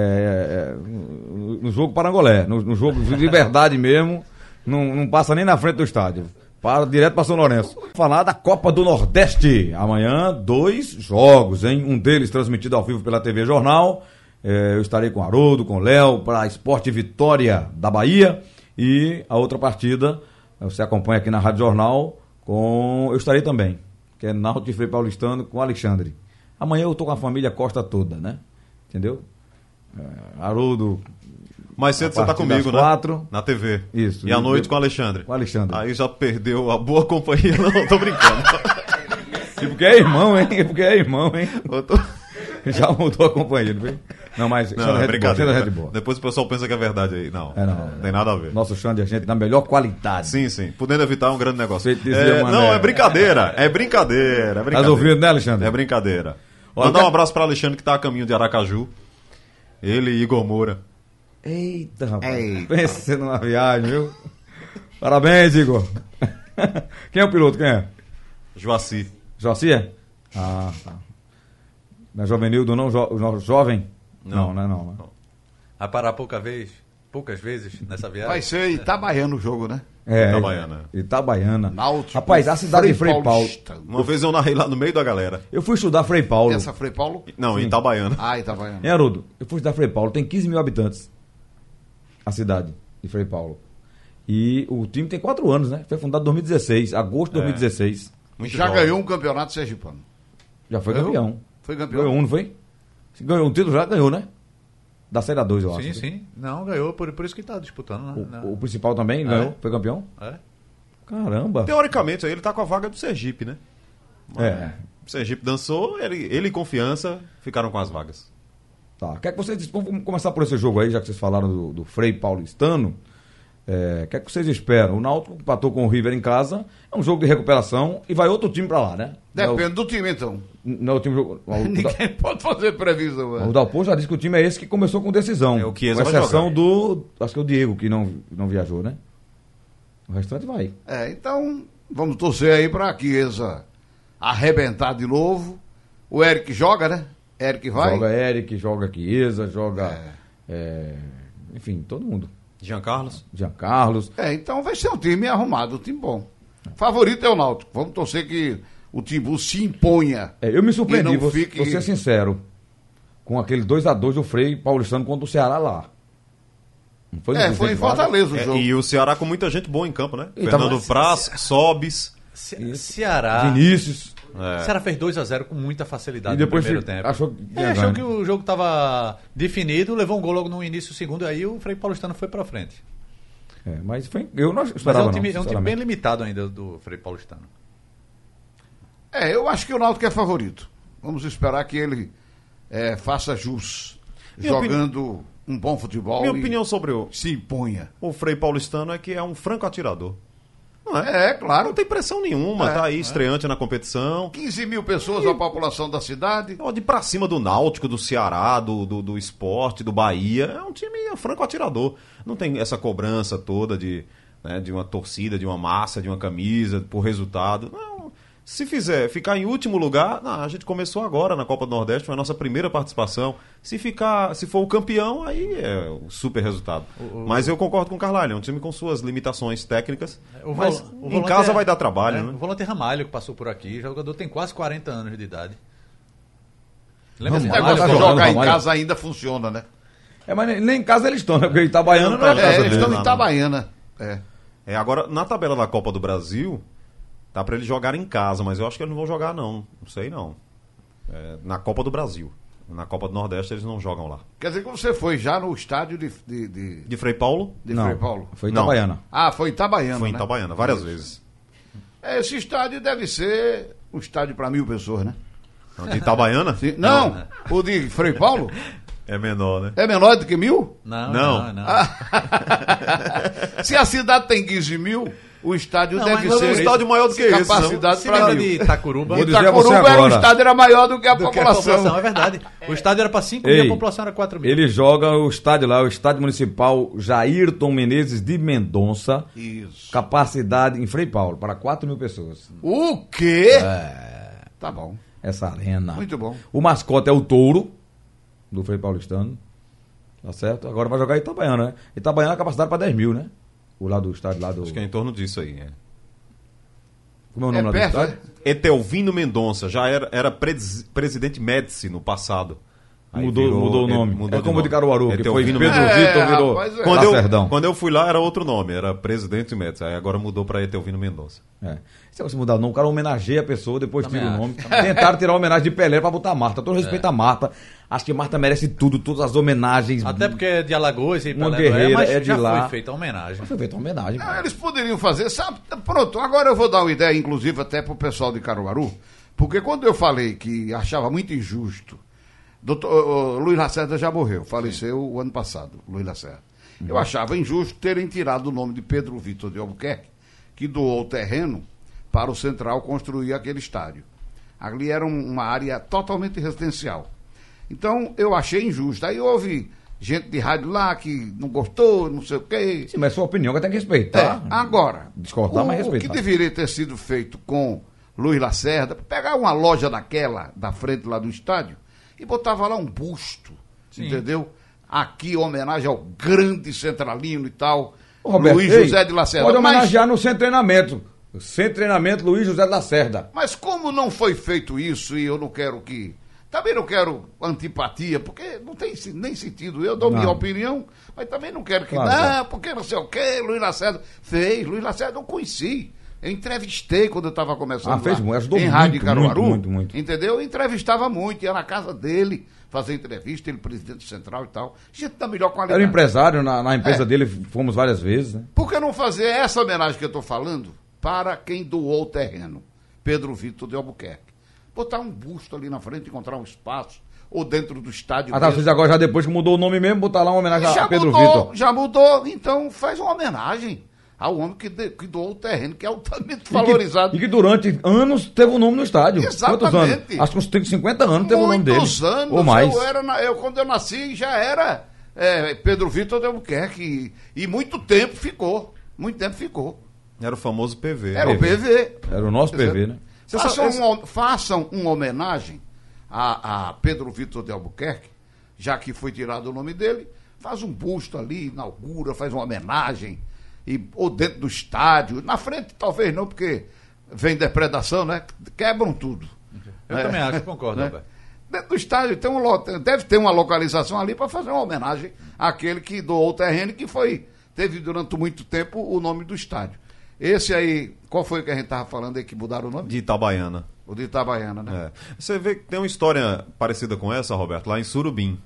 Speaker 3: é, é, no no jogo parangolé, no, no jogo de verdade mesmo, não, não passa nem na frente do estádio. Para direto para São Lourenço. Falar da Copa do Nordeste. Amanhã, dois jogos, hein? Um deles transmitido ao vivo pela TV Jornal. É, eu estarei com Haroldo, com Léo, para a Esporte Vitória da Bahia. E a outra partida, você acompanha aqui na Rádio Jornal, com. Eu estarei também, que é Náutico e Frei Paulistano, com Alexandre. Amanhã eu tô com a família Costa toda, né? Entendeu? É, Haroldo
Speaker 4: Mais cedo
Speaker 3: A
Speaker 4: você tá
Speaker 3: partir
Speaker 4: comigo,
Speaker 3: das
Speaker 4: né?
Speaker 3: quatro.
Speaker 4: Na TV.
Speaker 3: Isso.
Speaker 4: E à
Speaker 3: E-
Speaker 4: noite com o Alexandre.
Speaker 3: com Alexandre.
Speaker 4: Aí já perdeu a boa companhia. (laughs) Não, tô
Speaker 3: (laughs)
Speaker 4: brincando.
Speaker 3: É porque é irmão, hein? É porque é irmão, hein? (laughs)
Speaker 4: Eu tô-
Speaker 3: Já mudou a companhia, não foi? Não, mas
Speaker 4: Não,
Speaker 3: Xander
Speaker 4: é
Speaker 3: Red Bull, Xander
Speaker 4: brincadeira.
Speaker 3: Red Bull.
Speaker 4: Depois o pessoal pensa que é verdade aí. Não,
Speaker 3: É, não.
Speaker 4: tem nada a ver.
Speaker 3: Nosso Xander, é gente, da melhor qualidade.
Speaker 4: Sim, sim. Podendo evitar um grande
Speaker 3: Você
Speaker 4: negócio.
Speaker 3: dizia,
Speaker 4: É,
Speaker 3: Mané.
Speaker 4: não, é brincadeira. É brincadeira. É brincadeira.
Speaker 3: ouvindo, né, Alexandre?
Speaker 4: É brincadeira.
Speaker 3: Olha,
Speaker 4: Mandar um
Speaker 3: cara-
Speaker 4: abraço para Alexandre que tá a caminho de Aracaju. Ele e Igor Moura.
Speaker 3: Eita, rapaz.
Speaker 6: Eita.
Speaker 3: Pensa numa viagem, viu? Parabéns, Igor. Quem é o piloto? Quem é?
Speaker 4: Joaci.
Speaker 3: Jocia? Ah, tá. Não é Jovenildo, não? Jo- jo- jovem?
Speaker 4: Não.
Speaker 3: Não, não é não. né?
Speaker 5: Vai parar pouca vez, poucas vezes nessa viagem.
Speaker 6: Vai ser Itabaiana o jogo, né?
Speaker 3: É,
Speaker 4: Itabaiana.
Speaker 3: Itabaiana.
Speaker 6: Náutico.
Speaker 3: Rapaz, a cidade de Frei Paulo.
Speaker 6: Paulistano.
Speaker 4: Uma vez eu narrei lá no meio da galera.
Speaker 3: Eu fui estudar Frei Paulo.
Speaker 6: Essa Frei Paulo?
Speaker 4: Não, em Itabaiana.
Speaker 6: Ah, Itabaiana.
Speaker 3: Hein, Haroldo? Eu fui estudar Frei Paulo, tem 15 mil habitantes. A cidade de Frei Paulo. E o time tem 4 anos, né? Foi fundado em 2016, agosto de 2016.
Speaker 4: Muito
Speaker 6: Já
Speaker 4: jovem.
Speaker 6: ganhou um campeonato sergipano.
Speaker 3: Já foi campeão.
Speaker 6: Foi
Speaker 3: Ganhou
Speaker 6: campeão.
Speaker 3: um, não foi? Se ganhou um título, já ganhou, né? Da Série A2, eu acho.
Speaker 5: Sim, sim. Não, ganhou, por, por isso que tá disputando. né? Né?
Speaker 3: né? O, o principal também ganhou, foi campeão.
Speaker 5: É?
Speaker 3: Caramba.
Speaker 4: Teoricamente, aí ele tá com a vaga do Sergipe, né?
Speaker 3: É.
Speaker 4: O Sergipe dançou, ele, ele e Confiança ficaram com as vagas.
Speaker 3: Tá. Quer que vocês. Vamos começar por esse jogo aí, já que vocês falaram do, do Frei Paulistano. É, o que é que vocês esperam? O Náutico empatou com o River em casa, é um jogo de recuperação e vai outro time pra lá, né? Não é
Speaker 6: Depende do time, então.
Speaker 3: o, não é o time. O,
Speaker 6: (laughs)
Speaker 3: o,
Speaker 6: Ninguém pode fazer previsão.
Speaker 3: o
Speaker 6: né?
Speaker 3: Dalpo já disse que o time é esse que começou com decisão.
Speaker 4: É, o Chiesa
Speaker 3: com
Speaker 4: vai
Speaker 3: exceção
Speaker 4: jogar.
Speaker 3: do. Acho que é o Diego que não, não viajou, né? O restante vai.
Speaker 6: É, então, vamos torcer aí pra Chiesa arrebentar de novo. O Eric joga, né? Eric vai.
Speaker 3: Joga Eric, joga Chiesa, joga.
Speaker 6: É.
Speaker 3: é, enfim, todo mundo.
Speaker 4: Jean Carlos?
Speaker 3: Jean Carlos.
Speaker 6: É, então vai ser um time arrumado, um time bom. Favorito é o Náutico. Vamos torcer que o Timbu se imponha.
Speaker 3: É, eu me
Speaker 6: E
Speaker 3: surpreendi,
Speaker 6: não
Speaker 3: vou,
Speaker 6: fique-
Speaker 3: vou ser sincero, com aquele 2x2 do Frei Paulistano contra o Ceará lá. Não foi no
Speaker 6: É,
Speaker 3: Vicente
Speaker 6: foi em
Speaker 3: Vargas?
Speaker 6: Fortaleza o
Speaker 4: É,
Speaker 6: jogo.
Speaker 4: e o Ceará com muita gente boa em campo, né?
Speaker 3: E
Speaker 4: Fernando
Speaker 3: tava-
Speaker 4: Praz, Sobis.
Speaker 5: Ce-
Speaker 3: Isso.
Speaker 5: Ceará.
Speaker 3: Ah.
Speaker 5: É.
Speaker 3: Vinícius.
Speaker 5: Ceará fez 2x0 com muita facilidade
Speaker 3: E depois
Speaker 5: no primeiro
Speaker 3: fi-
Speaker 5: tempo.
Speaker 3: achou que ia
Speaker 5: É, achou
Speaker 3: ganhar,
Speaker 5: que
Speaker 3: né?
Speaker 5: o jogo estava definido, levou um gol logo no início do segundo, aí o Frei Paulistano foi pra frente.
Speaker 3: É, mas foi, eu não
Speaker 5: Mas
Speaker 3: esperava
Speaker 5: é um
Speaker 3: não,
Speaker 5: time, é um time bem
Speaker 3: sinceramente.
Speaker 5: limitado ainda do Frei Paulistano.
Speaker 6: É, eu acho que o Náutico é favorito. Vamos esperar que ele eh, faça jus,
Speaker 4: Minha
Speaker 6: jogando um bom futebol
Speaker 4: Minha
Speaker 6: e
Speaker 4: opinião sobre o,
Speaker 6: se imponha.
Speaker 4: o Frei Paulistano é que é um franco atirador. Não é?
Speaker 6: É,
Speaker 4: Não
Speaker 6: claro.
Speaker 4: tem pressão nenhuma,
Speaker 6: É,
Speaker 4: tá aí estreante na competição.
Speaker 6: 15 mil pessoas, a população da cidade.
Speaker 4: Ó, De pra cima do Náutico, do Ceará, do, do, do esporte, do Bahia. É um time franco atirador. Não tem essa cobrança toda de, né, de uma torcida, de uma massa, de uma camisa, por resultado. Não. Se fizer, ficar em último lugar, não, a gente começou agora na Copa do Nordeste, foi a nossa primeira participação. Se ficar, se for o campeão, aí é um super resultado. Mas eu concordo com o Carlalho, é um time com suas limitações técnicas.
Speaker 5: É, O
Speaker 4: mas
Speaker 5: vol- o
Speaker 4: em
Speaker 5: volante
Speaker 4: casa
Speaker 5: é-
Speaker 4: vai dar trabalho,
Speaker 5: é,
Speaker 4: né?
Speaker 5: O volante Ramalho que passou por aqui, o jogador tem quase 40 anos de idade. Lembra assim, desse
Speaker 6: Esse
Speaker 3: Ramalho,
Speaker 6: negócio de
Speaker 3: Ramalho,
Speaker 6: jogar em
Speaker 3: Ramalho.
Speaker 6: casa ainda funciona, né?
Speaker 3: É, mas nem, nem em casa eles estão, né? Porque Itabaiana não é,
Speaker 4: É,
Speaker 3: casa
Speaker 6: É, eles
Speaker 3: deles.
Speaker 6: estão
Speaker 4: lá,
Speaker 6: em
Speaker 4: né?
Speaker 6: Itabaiana. É.
Speaker 4: É, agora, na tabela da Copa do Brasil, tá pra eles jogarem em casa, mas eu acho que eles não vão jogar, não. Não sei, não. É, na Copa do Brasil. Na Copa do Nordeste, eles não jogam lá.
Speaker 6: Quer dizer que você foi já no estádio de, de, de,
Speaker 4: De Frei Paulo,
Speaker 6: de
Speaker 3: Não,
Speaker 6: Frei Paulo?
Speaker 3: Foi tá
Speaker 4: Não.
Speaker 3: Itabaiana.
Speaker 6: Ah, foi Itabaiana.
Speaker 4: foi em
Speaker 6: né?
Speaker 4: Itabaiana, várias vezes.
Speaker 6: É, Esse estádio deve ser um estádio para mil pessoas, né?
Speaker 4: Não, De Itabaiana?
Speaker 6: (laughs) Sim.
Speaker 4: né?
Speaker 6: Não, o de Frei Paulo
Speaker 4: É menor, né?
Speaker 6: é menor do que mil?
Speaker 5: Não,
Speaker 4: Não.
Speaker 5: não, não.
Speaker 3: Ah,
Speaker 6: Se a cidade tem 15 mil, o estádio
Speaker 5: Não,
Speaker 6: deve
Speaker 5: mas
Speaker 6: ser.
Speaker 5: um
Speaker 4: estádio maior do que esse,
Speaker 6: Capacidade
Speaker 5: Se
Speaker 6: para
Speaker 5: lembra
Speaker 6: mil.
Speaker 5: de Itacuruba?
Speaker 3: Vou
Speaker 5: Do
Speaker 3: dizer a você
Speaker 6: Itacuruba era um
Speaker 3: agora.
Speaker 6: estádio era maior do que a
Speaker 5: que a população,
Speaker 6: população.
Speaker 5: é verdade. O estádio era para 5 mil,
Speaker 3: Ei,
Speaker 5: a população era 4 mil.
Speaker 3: Ele joga o estádio lá, o estádio municipal Jairton Menezes de Mendonça.
Speaker 6: Isso.
Speaker 3: Capacidade em Frei Paulo para 4 mil pessoas.
Speaker 6: O quê? Tá bom.
Speaker 3: Essa arena.
Speaker 6: Muito bom.
Speaker 3: O mascote é o touro do Frei Paulistano. Tá certo? Agora vai jogar Itabaiana, né? Itabaiana a capacidade para 10 mil, né? O lado do estádio lá do.
Speaker 4: Acho que é em torno disso aí. É.
Speaker 3: Como é o nome
Speaker 6: É
Speaker 3: lá
Speaker 6: perto,
Speaker 3: do estádio?
Speaker 6: né?
Speaker 4: Etelvino Mendonça, já era, era pres- presidente Médici no passado. Aí
Speaker 3: Mudou,
Speaker 4: virou-
Speaker 3: mudou o
Speaker 4: ele
Speaker 3: nome.
Speaker 4: mudou
Speaker 3: é como o de Caruaru, que foi
Speaker 4: Etelvino
Speaker 3: Pedro
Speaker 4: Mendonça.
Speaker 6: Mendes.
Speaker 3: Vitor
Speaker 6: É,
Speaker 3: virou Tá,
Speaker 6: rapaz, é.
Speaker 4: Quando
Speaker 3: Lacerdão.
Speaker 4: eu, quando eu fui lá era outro nome, era presidente Médici. Aí agora mudou pra Etelvino Mendonça.
Speaker 3: É. Se você mudar o nome, o cara homenageia a pessoa, depois
Speaker 5: Também
Speaker 3: tira o
Speaker 5: acho, É.
Speaker 3: nome. Tentaram tirar a homenagem de Pelé pra botar a Marta. Todo respeito a Marta. Acho que Marta merece tudo, todas as homenagens.
Speaker 5: Até porque é de Alagoas e
Speaker 3: Uma
Speaker 5: Pelé não
Speaker 3: guerreira,
Speaker 5: mas
Speaker 3: é de
Speaker 5: já
Speaker 3: lá.
Speaker 5: foi feita a homenagem.
Speaker 3: Foi feita uma homenagem.
Speaker 6: Ah,
Speaker 3: cara.
Speaker 6: Eles poderiam fazer, sabe? Pronto, agora eu vou dar uma ideia, inclusive, até pro pessoal de Caruaru, porque quando eu falei que achava muito injusto, doutor, ô, ô, Luiz Lacerda já morreu, faleceu o ano passado, Luiz Lacerda. Eu achava injusto terem tirado o nome de Pedro Vitor de Albuquerque, que doou o terreno para o Central construir aquele estádio. Ali era um- uma área totalmente residencial. Então, eu achei injusto. Aí houve gente de rádio lá que não gostou, não sei o quê.
Speaker 3: Sim, mas é sua opinião que tem que respeitar.
Speaker 6: É, agora,
Speaker 3: Discordar,
Speaker 6: o,
Speaker 3: mas
Speaker 6: o que
Speaker 3: respeitar.
Speaker 6: deveria ter sido feito com Luiz Lacerda, pegar uma loja daquela, da frente lá do estádio, e botava lá um busto, entendeu? Aqui, homenagem ao grande centralino e tal,
Speaker 3: Ô, Roberto,
Speaker 6: Luiz
Speaker 3: ei,
Speaker 6: José de Lacerda.
Speaker 3: Pode
Speaker 6: Mas,
Speaker 3: homenagear no centro de treinamento. Centro de treinamento Luiz José de Lacerda.
Speaker 6: mas como não foi feito isso, e eu não quero que... Também não quero antipatia, porque não tem se- nem sentido. Eu dou minha
Speaker 3: Não.
Speaker 6: opinião, mas também não quero que.
Speaker 3: Claro,
Speaker 6: não,
Speaker 3: claro.
Speaker 6: porque não sei o quê, Luiz Lacerda. Fez, Luiz Lacerda eu conheci. Eu entrevistei quando eu estava começando.
Speaker 3: Ah, fez
Speaker 6: lá,
Speaker 3: muito, ajudou
Speaker 6: Em
Speaker 3: muito,
Speaker 6: Rádio
Speaker 3: muito,
Speaker 6: Caruaru.
Speaker 3: muito, muito.
Speaker 6: Entendeu? Eu entrevistava muito, ia na casa dele fazer entrevista, ele presidente central e tal. Gente da melhor qualidade.
Speaker 3: Era um empresário na, na empresa
Speaker 6: É.
Speaker 3: dele, fomos várias vezes, né?
Speaker 6: Por que não fazer essa homenagem que eu estou falando para quem doou o terreno? Pedro Vitor de Albuquerque. Botar um busto ali na frente, encontrar um espaço, ou dentro do estádio.
Speaker 3: Ah, tá,
Speaker 6: mesmo.
Speaker 3: vocês agora já depois que mudou o nome mesmo, botar lá uma homenagem
Speaker 6: já
Speaker 3: a Pedro
Speaker 6: mudou,
Speaker 3: Vitor.
Speaker 6: já mudou. Então faz uma homenagem ao homem que, de- que doou o terreno, que é altamente valorizado.
Speaker 3: E que durante anos teve o nome no estádio. Quantos
Speaker 6: Exatamente.
Speaker 3: anos? Acho que uns 30, 50 anos teve o nome dele.
Speaker 6: Muitos anos.
Speaker 3: Ou mais.
Speaker 6: Eu era na- eu, quando eu nasci, já era é, Pedro Vitor de Albuquerque. E, e muito tempo ficou. Muito tempo ficou.
Speaker 4: Era o famoso né? PV.
Speaker 6: Era
Speaker 5: né?
Speaker 6: o PV.
Speaker 3: Era o nosso PV, né?
Speaker 4: Você
Speaker 6: façam,
Speaker 4: sabe-
Speaker 6: uma, um façam uma homenagem a, a Pedro Vitor de Albuquerque, já que foi tirado o nome dele, faz um busto ali, inaugura, faz uma homenagem, e, ou dentro do estádio, na frente talvez não, porque vem depredação, né? Quebram tudo.
Speaker 5: Eu
Speaker 6: É.
Speaker 5: também acho, concordo,
Speaker 6: Né?
Speaker 5: Roberto.
Speaker 6: Dentro do estádio tem um, lo- deve ter uma localização ali para fazer uma homenagem àquele que doou o terreno e que foi teve durante muito tempo o nome do estádio. Esse aí, qual foi que a gente estava falando aí que mudaram o nome?
Speaker 4: De Itabaiana.
Speaker 6: O de Itabaiana, né?
Speaker 4: É. Você vê que tem uma história parecida com essa, Roberto, lá em Surubim.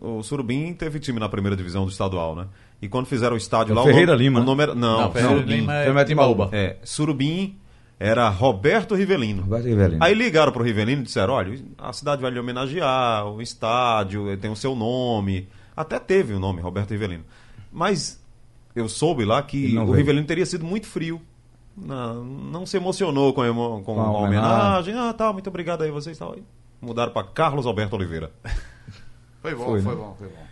Speaker 4: O Surubim teve time na primeira divisão do estadual, né? E quando fizeram o estádio
Speaker 3: É
Speaker 4: lá.
Speaker 3: Ferreira
Speaker 4: o nome,
Speaker 3: Lima,
Speaker 4: O
Speaker 3: né?
Speaker 4: nome era, não,
Speaker 5: Não, Ferreira
Speaker 4: Surubim.
Speaker 5: Lima é
Speaker 3: Tem o Matt
Speaker 5: Timbaúba.
Speaker 3: Timbaúba.
Speaker 4: É, Surubim era Roberto Rivelino.
Speaker 3: Roberto Rivelino.
Speaker 4: Aí ligaram pro Rivelino e disseram: olha, a cidade vai lhe homenagear, o estádio eh, tem o seu nome. Até teve o nome, Roberto Rivelino. Mas eu soube lá
Speaker 3: Ele
Speaker 4: que
Speaker 3: não
Speaker 4: o
Speaker 3: veio.
Speaker 4: Rivelino teria sido muito frio. Não, não se emocionou com a, emo- com
Speaker 3: Com a
Speaker 4: a homenagem. Ah, tá, muito obrigado aí vocês. Tal. E Mudaram para Carlos Alberto Oliveira.
Speaker 6: Foi bom,
Speaker 3: Foi,
Speaker 6: foi
Speaker 3: né?
Speaker 6: bom, foi bom.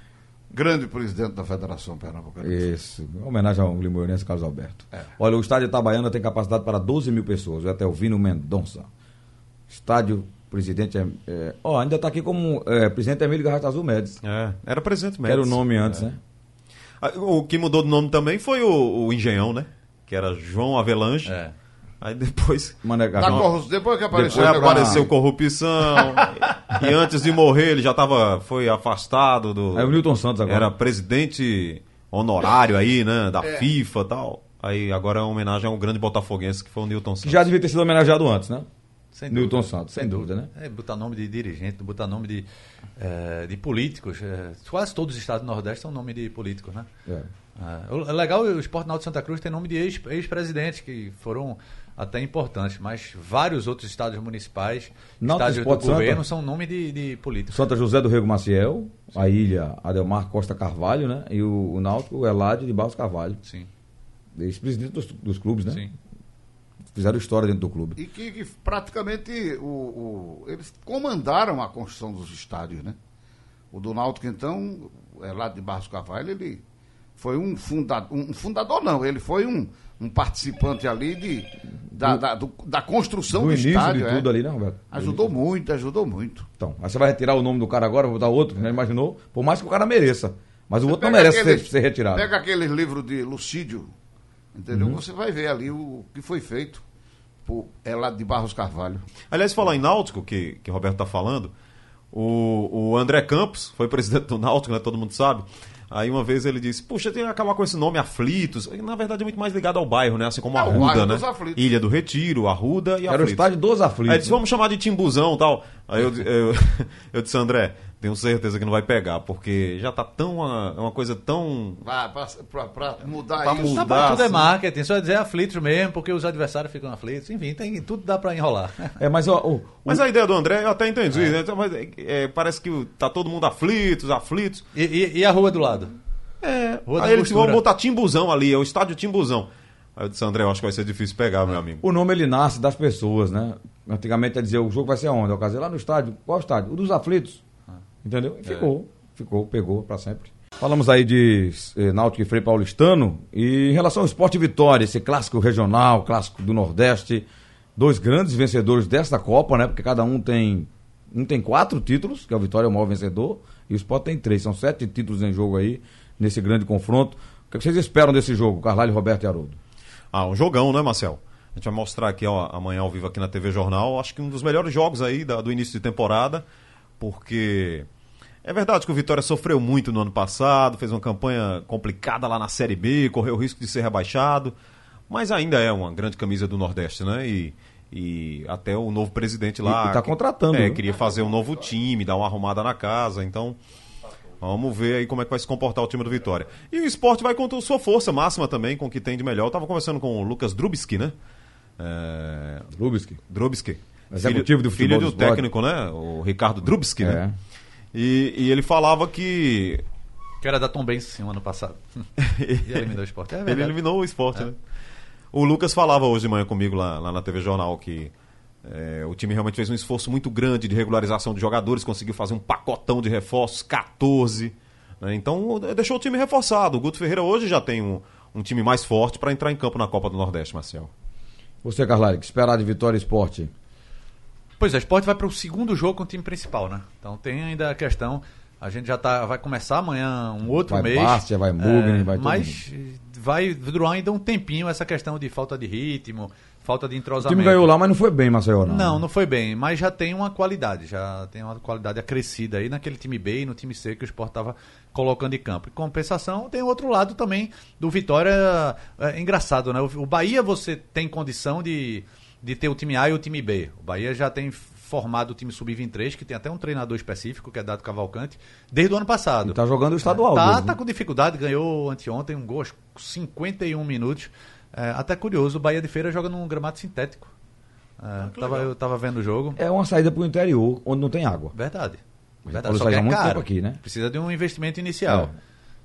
Speaker 6: Grande presidente da Federação Pernambucana.
Speaker 3: Isso. Uma Homenagem ao limoeirense Carlos Alberto. Olha, o estádio Itabaiana tem capacidade para 12 mil pessoas. É O Etelvino Mendonça. Estádio, presidente é. é- Ó, ainda está aqui como é, presidente Emílio Garrasta Azul Médici.
Speaker 4: É, (laughs) era presidente
Speaker 3: Que Era
Speaker 4: mesmo.
Speaker 3: o nome antes, né?
Speaker 4: Ah, O que mudou de nome também foi o, o Engenhão, né? Que era João Avelange.
Speaker 5: É.
Speaker 4: Aí depois.
Speaker 3: Mané
Speaker 6: Tá
Speaker 3: Garrasta.
Speaker 6: corrupto. Depois que apareceu.
Speaker 4: Aí
Speaker 6: o negócio-
Speaker 3: (laughs)
Speaker 4: apareceu corrupção. e antes de morrer, ele já tava, foi afastado do.
Speaker 3: É o Newton Santos agora.
Speaker 4: Era presidente honorário aí, né? Da
Speaker 6: É.
Speaker 4: FIFA e tal. Aí agora é uma homenagem a um grande botafoguense que foi o Nilton
Speaker 3: Que
Speaker 4: Santos.
Speaker 3: já devia ter sido homenageado antes, né?
Speaker 5: Sem
Speaker 3: Newton Santos, sem dúvida, né?
Speaker 5: É, botar nome de dirigente, botar nome de, eh, de políticos. eh, quase todos os estados do Nordeste são nome de políticos, né?
Speaker 3: É.
Speaker 5: Ah, o- É legal, o Esporte Náutico de Santa Cruz tem nome de ex- ex-presidentes que foram até importantes, mas vários outros estados municipais,
Speaker 3: Náutico
Speaker 5: estádios do
Speaker 3: Esporte Santa?
Speaker 5: governo, são nome de, de políticos.
Speaker 3: Santa José do Rego Maciel, a ilha Adelmar Costa Carvalho, né? E o, o Náutico, o Eladio de Barros Carvalho.
Speaker 5: Sim,
Speaker 3: Ex-presidente dos, dos clubes, né?
Speaker 5: sim.
Speaker 3: Fizeram história dentro do clube.
Speaker 6: E que, que praticamente o, o- eles comandaram a construção dos estádios, né? O do Náutico, então, é lá de Barros Carvalho, ele foi um fundador, um fundador não, ele foi um, um participante ali de, da, da, do- da construção do,
Speaker 3: No início
Speaker 6: estádio.
Speaker 3: de
Speaker 6: é.
Speaker 3: tudo ali, né, Roberto?
Speaker 6: Ajudou muito, ajudou muito.
Speaker 3: Então, aí você vai retirar o nome do cara agora, vou dar outro, né? Imaginou? Por mais que o cara mereça. Mas o outro não
Speaker 6: Pega
Speaker 3: Então merece ser,
Speaker 6: aqueles-
Speaker 3: ser retirado. Uhum.
Speaker 6: Pega aqueles livros de Lucídio, entendeu? Você vai ver ali o, que foi feito por, é lá de Barros Carvalho.
Speaker 4: Aliás, falar em Náutico, que, que Roberto tá falando, o, o André Campos foi presidente do Náutico, né? Todo mundo sabe. Aí uma vez ele disse, puxa, tem que acabar com esse nome, Aflitos. E, na verdade é muito mais ligado ao bairro, né? Assim como
Speaker 6: É, o bairro
Speaker 4: Arruda, né?
Speaker 6: dos Aflitos.
Speaker 4: Ilha do Retiro, Arruda e
Speaker 3: Era o
Speaker 4: Aflitos.
Speaker 3: estádio dos
Speaker 4: Aí
Speaker 3: aflitos.
Speaker 4: disse, vamos chamar de timbuzão e tal. Aí eu, eu, (laughs) eu disse, André, tenho certeza que não vai pegar, porque já tá tão. Uma, uma coisa tão.
Speaker 6: Para mudar
Speaker 4: Pra
Speaker 5: Tá
Speaker 6: isso.
Speaker 5: bom,
Speaker 4: Mudar,
Speaker 5: tudo é
Speaker 4: assim.
Speaker 5: marketing, só dizer aflitos mesmo, porque os adversários ficam aflitos. Enfim, tem, tudo dá pra enrolar.
Speaker 3: É, mas ó, o-
Speaker 4: Mas a ideia do André, eu até entendi, né? Então, Mas, é, é, parece que o- tá todo mundo aflitos, aflitos.
Speaker 5: E, e- e a rua do lado?
Speaker 4: É,
Speaker 5: Rua da
Speaker 4: aí ele disse,
Speaker 5: Angostura.
Speaker 4: vamos botar timbuzão ali, é o estádio timbuzão. Aí eu disse, André, eu acho que vai ser difícil pegar, meu amigo.
Speaker 3: O nome ele nasce das pessoas, né? Antigamente ia dizer o jogo vai ser onde? Eu casei lá no estádio. Qual estádio? O dos aflitos. Entendeu? E ficou, ficou, pegou pra sempre. Falamos aí de eh, Náutico e Frei Paulistano. E em relação ao Esporte Vitória, esse clássico regional, clássico do Nordeste, dois grandes vencedores desta Copa, né? Porque cada um tem. Um tem quatro títulos, que é o Vitória é o maior vencedor, e o Sport tem três. São sete títulos em jogo aí, nesse grande confronto. O que vocês esperam desse jogo, Carlalho, Roberto e Haroldo?
Speaker 4: Ah, um jogão, né, Marcel? A gente vai mostrar aqui ó, amanhã ao vivo aqui na TV Jornal. Acho que um dos melhores jogos aí da- do início de temporada, porque é verdade que o Vitória sofreu muito no ano passado, fez uma campanha complicada lá na Série B, correu o risco de ser rebaixado, mas ainda é uma grande camisa do Nordeste, né? E, e até o novo presidente lá.
Speaker 3: E- e tá
Speaker 4: que-
Speaker 3: contratando,
Speaker 4: É,
Speaker 3: viu?
Speaker 4: queria fazer um novo time, dar uma arrumada na casa, então. Vamos ver aí como é que vai se comportar o time do Vitória. E o esporte vai com sua força máxima também, com o que tem de melhor. Eu tava conversando com o Lucas Drubski, né? É...
Speaker 3: Lubski.
Speaker 4: Drubski.
Speaker 3: Executivo é do futebol
Speaker 4: Filho do
Speaker 3: do esporte.
Speaker 4: técnico, né? O Ricardo Drubski, né?
Speaker 3: É.
Speaker 4: E, e ele falava que
Speaker 5: Que era da Tom Benz, ano (laughs) passado. E eliminou o esporte. É
Speaker 4: ele
Speaker 5: verdade. É.
Speaker 4: eliminou o esporte, né? O Lucas falava hoje de manhã comigo lá, lá na TV Jornal que é, o time realmente fez um esforço muito grande de regularização de jogadores, conseguiu fazer um pacotão de reforços, 14. né? Então eh, deixou o time reforçado. O Guto Ferreira hoje já tem um, um time mais forte para entrar em campo na Copa do Nordeste, Marcel.
Speaker 3: Você, Carlari, que esperar de Vitória Esporte?
Speaker 5: Pois é, o esporte vai para o segundo jogo com o time principal, né? Então tem ainda a questão. A gente já tá, vai começar amanhã um outro
Speaker 3: Vai
Speaker 5: mês. É,
Speaker 3: Bastia, vai Mugni, vai todo
Speaker 5: Mas eh, vai durar ainda um tempinho essa questão de falta de ritmo, falta de
Speaker 3: O
Speaker 5: entrosamento.
Speaker 3: time ganhou lá, mas não foi bem, Maceió, não.
Speaker 5: Não, não foi bem, mas já tem uma qualidade, já tem uma qualidade acrescida aí naquele time B e no time C que o Sport estava colocando em campo. Em compensação, tem outro lado também do Vitória, é, engraçado, né? O, o Bahia você tem condição de, de ter o time A e o time B. O Bahia já tem formado o time sub-23, que tem até um treinador específico, que é Dado Cavalcante, desde o ano passado.
Speaker 3: E tá jogando o estadual.
Speaker 5: Tá,
Speaker 3: Deus, né?
Speaker 5: tá com dificuldade, ganhou anteontem um gol, acho que 51 minutos. É, até curioso, o Bahia de Feira joga num gramado sintético. É, tava, eu tava vendo o jogo.
Speaker 3: É uma saída pro interior, onde não tem água.
Speaker 5: Verdade.
Speaker 3: já falou
Speaker 5: Verdade. Só que
Speaker 3: isso há
Speaker 5: é
Speaker 3: muito
Speaker 5: caro.
Speaker 3: tempo aqui, né? É.
Speaker 5: Precisa de um investimento inicial.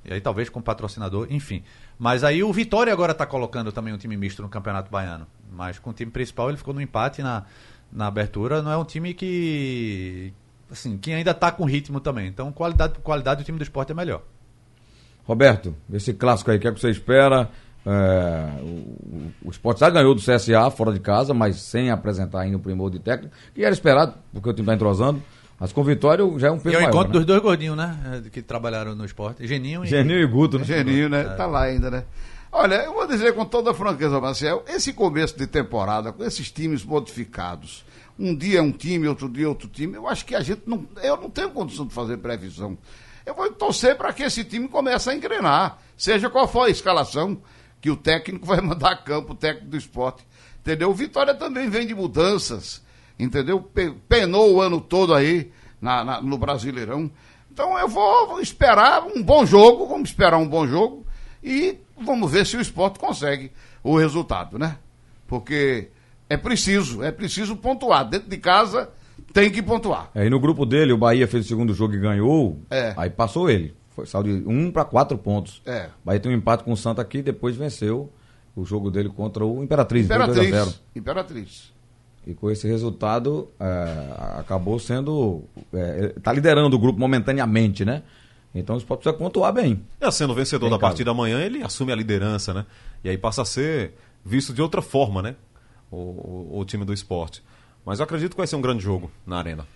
Speaker 5: E aí talvez com patrocinador, enfim. Mas aí o Vitória agora está colocando também um time misto no Campeonato Baiano. Mas com o time principal ele ficou no empate na, na abertura. Não é um time tá que. Assim, que ainda está com ritmo também. Então, qualidade por qualidade, o time do esporte é melhor.
Speaker 3: Roberto, esse clássico aí, o que é que você espera? É, o, o Sport já ganhou do CSA fora de casa, mas sem apresentar ainda o primor de técnico, que era esperado, porque o time está entrosando, mas com vitória já é um
Speaker 5: E
Speaker 3: peso
Speaker 5: é o
Speaker 3: maior,
Speaker 5: encontro
Speaker 3: né?
Speaker 5: dos dois gordinhos, né? eh, Que trabalharam no esporte. Geninho e.
Speaker 3: Geninho e Guto, né?
Speaker 6: Geninho, né? Tá lá ainda, né? Olha, eu vou dizer com toda a franqueza, Marcel, esse começo de temporada, com esses times modificados, um dia é um time, outro dia é outro time, eu acho que a gente não. Eu não tenho condição de fazer previsão. Eu vou torcer para que esse time comece a engrenar, seja qual for a escalação que o técnico (laughs) vai mandar a campo, o técnico do esporte. Entendeu? O Vitória também vem de mudanças, entendeu? Pe- Penou o ano todo aí na- na- no Brasileirão. Então eu vou, vou esperar um bom jogo, vamos esperar um bom jogo e vamos ver se o esporte consegue o resultado, né? Porque é preciso, é preciso pontuar. Dentro de casa tem que pontuar.
Speaker 3: É, e no grupo dele, o Bahia fez o segundo jogo e ganhou,
Speaker 6: É.
Speaker 3: aí passou ele. Foi, saiu de um para quatro pontos.
Speaker 6: É.
Speaker 3: Bahia tem um empate com o Santa aqui, depois venceu o jogo dele contra o Imperatriz, foi 2 a 0.
Speaker 6: Imperatriz, Imperatriz.
Speaker 3: E com esse resultado, é, acabou sendo. Está liderando o grupo momentaneamente, né? Então o Sport precisa pontuar bem.
Speaker 4: É, sendo vencedor
Speaker 3: Em
Speaker 4: da
Speaker 3: casa.
Speaker 4: partida amanhã, ele assume a liderança, né? E aí passa a ser visto de outra forma, né? O, o- o time do esporte. Mas eu acredito que vai ser um grande jogo na arena.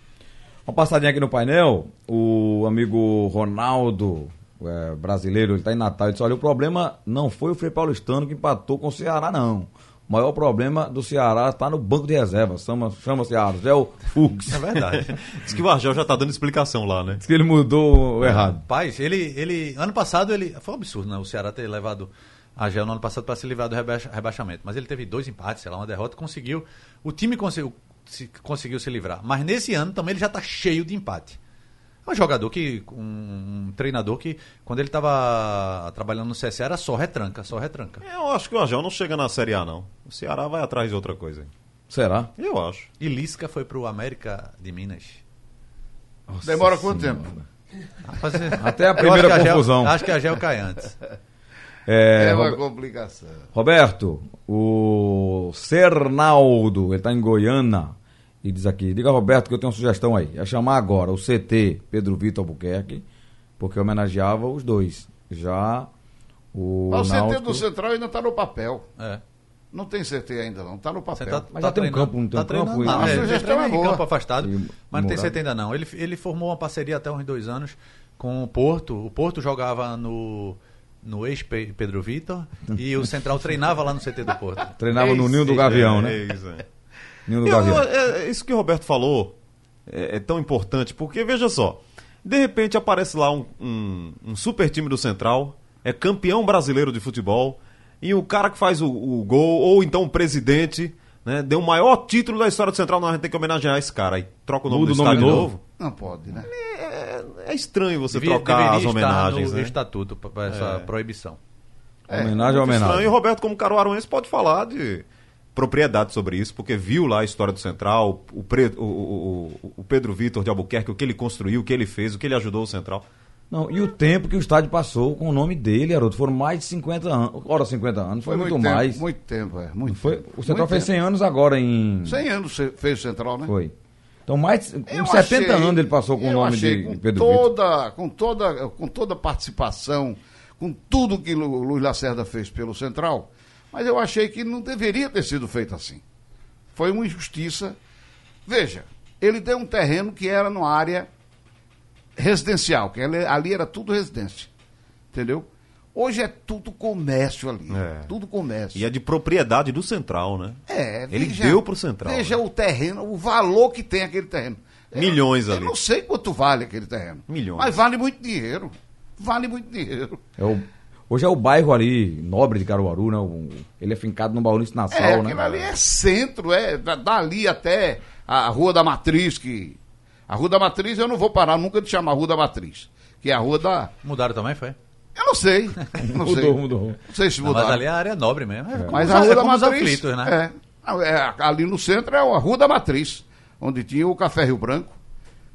Speaker 3: Uma passadinha aqui no painel, o amigo Ronaldo, é, brasileiro, ele está em Natal, ele disse, olha, o problema não foi o Frei Paulistano que empatou com o Ceará, não. O maior problema do Ceará está no banco de reserva, chama, chama-se Argel Fuchs.
Speaker 5: É
Speaker 4: Tá.
Speaker 5: verdade.
Speaker 4: (laughs) Diz que o Argel já tá dando explicação lá, né?
Speaker 3: (laughs) Diz que ele mudou o errado.
Speaker 5: Rapaz, ele, ele. Ano passado ele. Foi um absurdo, né? O Ceará ter levado a Gel no ano passado para se livrar do rebaixa- rebaixamento. Mas ele teve dois empates, sei lá, uma derrota, conseguiu. O time conseguiu se, conseguiu se livrar. Mas nesse ano também ele já tá cheio de empate. É um jogador que. Um, um treinador que, quando ele tava trabalhando no CSA, era só retranca, só retranca.
Speaker 4: Eu acho que o Argel não chega na Série A, não. O Ceará vai atrás de outra coisa. hein?
Speaker 3: Será?
Speaker 4: Eu acho.
Speaker 5: E Lisca foi pro América
Speaker 3: (laughs)
Speaker 5: de Minas.
Speaker 6: Demora quanto tempo?
Speaker 5: Fazer-
Speaker 3: Até a
Speaker 5: Eu
Speaker 3: primeira
Speaker 5: acho que Gel-
Speaker 3: confusão.
Speaker 5: acho que a Gel cai antes.
Speaker 3: É,
Speaker 6: É uma
Speaker 3: Rob-
Speaker 6: complicação.
Speaker 3: Roberto, o Cernaldo, ele está em Goiânia e diz aqui, diga Roberto que eu tenho uma sugestão aí, é chamar agora o CT Pedro Vitor Albuquerque, porque homenageava os dois, já o
Speaker 6: Mas o CT
Speaker 3: Náutico-
Speaker 6: do Central ainda está no papel.
Speaker 5: É.
Speaker 6: Não tem CT ainda, não. Está no
Speaker 5: Você
Speaker 6: papel.
Speaker 5: tá,
Speaker 3: Mas
Speaker 5: tá
Speaker 3: já tem um
Speaker 5: treinando-
Speaker 3: campo, não tem
Speaker 5: tá
Speaker 3: um campo
Speaker 5: treinando,
Speaker 3: aí?
Speaker 5: não,
Speaker 6: Ah,
Speaker 5: é,
Speaker 6: sugestão
Speaker 5: ele treina
Speaker 6: é
Speaker 5: em
Speaker 6: boa.
Speaker 5: campo afastado,
Speaker 3: E
Speaker 5: mas não tem
Speaker 3: Morado.
Speaker 5: CT ainda não. Ele, ele formou uma parceria até uns dois anos com o Porto. O Porto jogava no, no ex-Pedro Vitor e o Central treinava lá no CT do Porto.
Speaker 3: (laughs) Treinava no
Speaker 6: Ei,
Speaker 3: Ninho do
Speaker 6: sei,
Speaker 3: Gavião,
Speaker 4: É,
Speaker 3: né?
Speaker 4: é isso, é.
Speaker 3: Ninho do
Speaker 4: Eu-
Speaker 3: Gavião.
Speaker 4: é- é isso que o Roberto falou é, é tão importante, porque veja só, de repente aparece lá um, um- um super time do Central, é campeão brasileiro de futebol, e o cara que faz o, o gol, ou então o presidente, né, deu o maior título da história do Central, nós a gente tem que homenagear esse cara, aí troca o nome
Speaker 3: Muda
Speaker 4: do
Speaker 3: o nome
Speaker 4: estádio
Speaker 3: novo.
Speaker 4: novo.
Speaker 6: Não pode, né?
Speaker 4: É estranho você
Speaker 5: Devia-
Speaker 4: trocar as
Speaker 5: deveria estar
Speaker 4: homenagens,
Speaker 5: no
Speaker 4: né?
Speaker 5: estatuto pra- pra essa proibição.
Speaker 3: homenagem é
Speaker 4: Muito estranho.
Speaker 3: homenagem.
Speaker 4: E o Roberto, como caruaruense, pode falar de propriedade sobre isso, porque viu lá a história do Central, o, Pre- o- o- o- o Pedro Vitor de Albuquerque, o que ele construiu, o que ele fez, o que ele ajudou o Central.
Speaker 3: Não, e o tempo que o estádio passou com o nome dele, Haroldo, foram mais de 50 anos, ora 50 anos, foi, muito,
Speaker 6: tempo,
Speaker 3: mais.
Speaker 6: Muito tempo, é. Muito
Speaker 3: Foi,
Speaker 6: tempo.
Speaker 3: o Central
Speaker 6: Muito
Speaker 3: fez
Speaker 6: tempo.
Speaker 3: 100 anos agora em...
Speaker 6: 100 anos se- fez o Central, né?
Speaker 3: Foi. Então, mais de
Speaker 6: Eu
Speaker 3: uns 70
Speaker 6: achei-
Speaker 3: anos ele passou com o
Speaker 6: eu
Speaker 3: nome
Speaker 6: achei
Speaker 3: de
Speaker 6: com
Speaker 3: Pedro Vitor.
Speaker 6: toda, Com toda, com toda a participação, com tudo que Lu- Luiz Lacerda fez pelo Central, mas eu achei que não deveria ter sido feito assim. Foi uma injustiça. Veja, ele deu um terreno que era numa área residencial, que ali ali era tudo residência. Entendeu? Hoje é tudo comércio ali.
Speaker 4: É.
Speaker 6: Tudo comércio.
Speaker 4: E é de propriedade do Central, né?
Speaker 6: É,
Speaker 4: Ele deu pro Central,
Speaker 6: Veja
Speaker 4: né?
Speaker 6: o terreno, o valor que tem aquele terreno. Eu-
Speaker 4: Milhões
Speaker 6: eu
Speaker 4: ali.
Speaker 6: não sei quanto vale aquele terreno.
Speaker 4: Milhões.
Speaker 6: Mas vale muito dinheiro. Vale muito dinheiro.
Speaker 3: É o- hoje é o bairro ali, nobre de Caruaru, né? O- ele é fincado no Bauru Nassau,
Speaker 6: é,
Speaker 3: né?
Speaker 6: aquilo ali é centro, é da- dali até a Rua da Matriz, que... A Rua da Matriz eu não vou parar nunca de chamar Rua da Matriz, que é a Rua da...
Speaker 5: Mudaram também, foi?
Speaker 6: Eu não sei,
Speaker 5: (laughs)
Speaker 6: não
Speaker 3: Mudou,
Speaker 6: sei.
Speaker 3: mudou.
Speaker 6: Não sei se
Speaker 5: Não, mas
Speaker 6: mudaram.
Speaker 5: ali é a área nobre mesmo. É, como
Speaker 6: Mas
Speaker 5: os-
Speaker 6: a
Speaker 5: é
Speaker 6: Rua da
Speaker 5: como os
Speaker 6: Matriz.
Speaker 5: aflitos, né?
Speaker 6: é. Não, é, ali no centro é a Rua da Matriz, onde tinha o Café Rio Branco,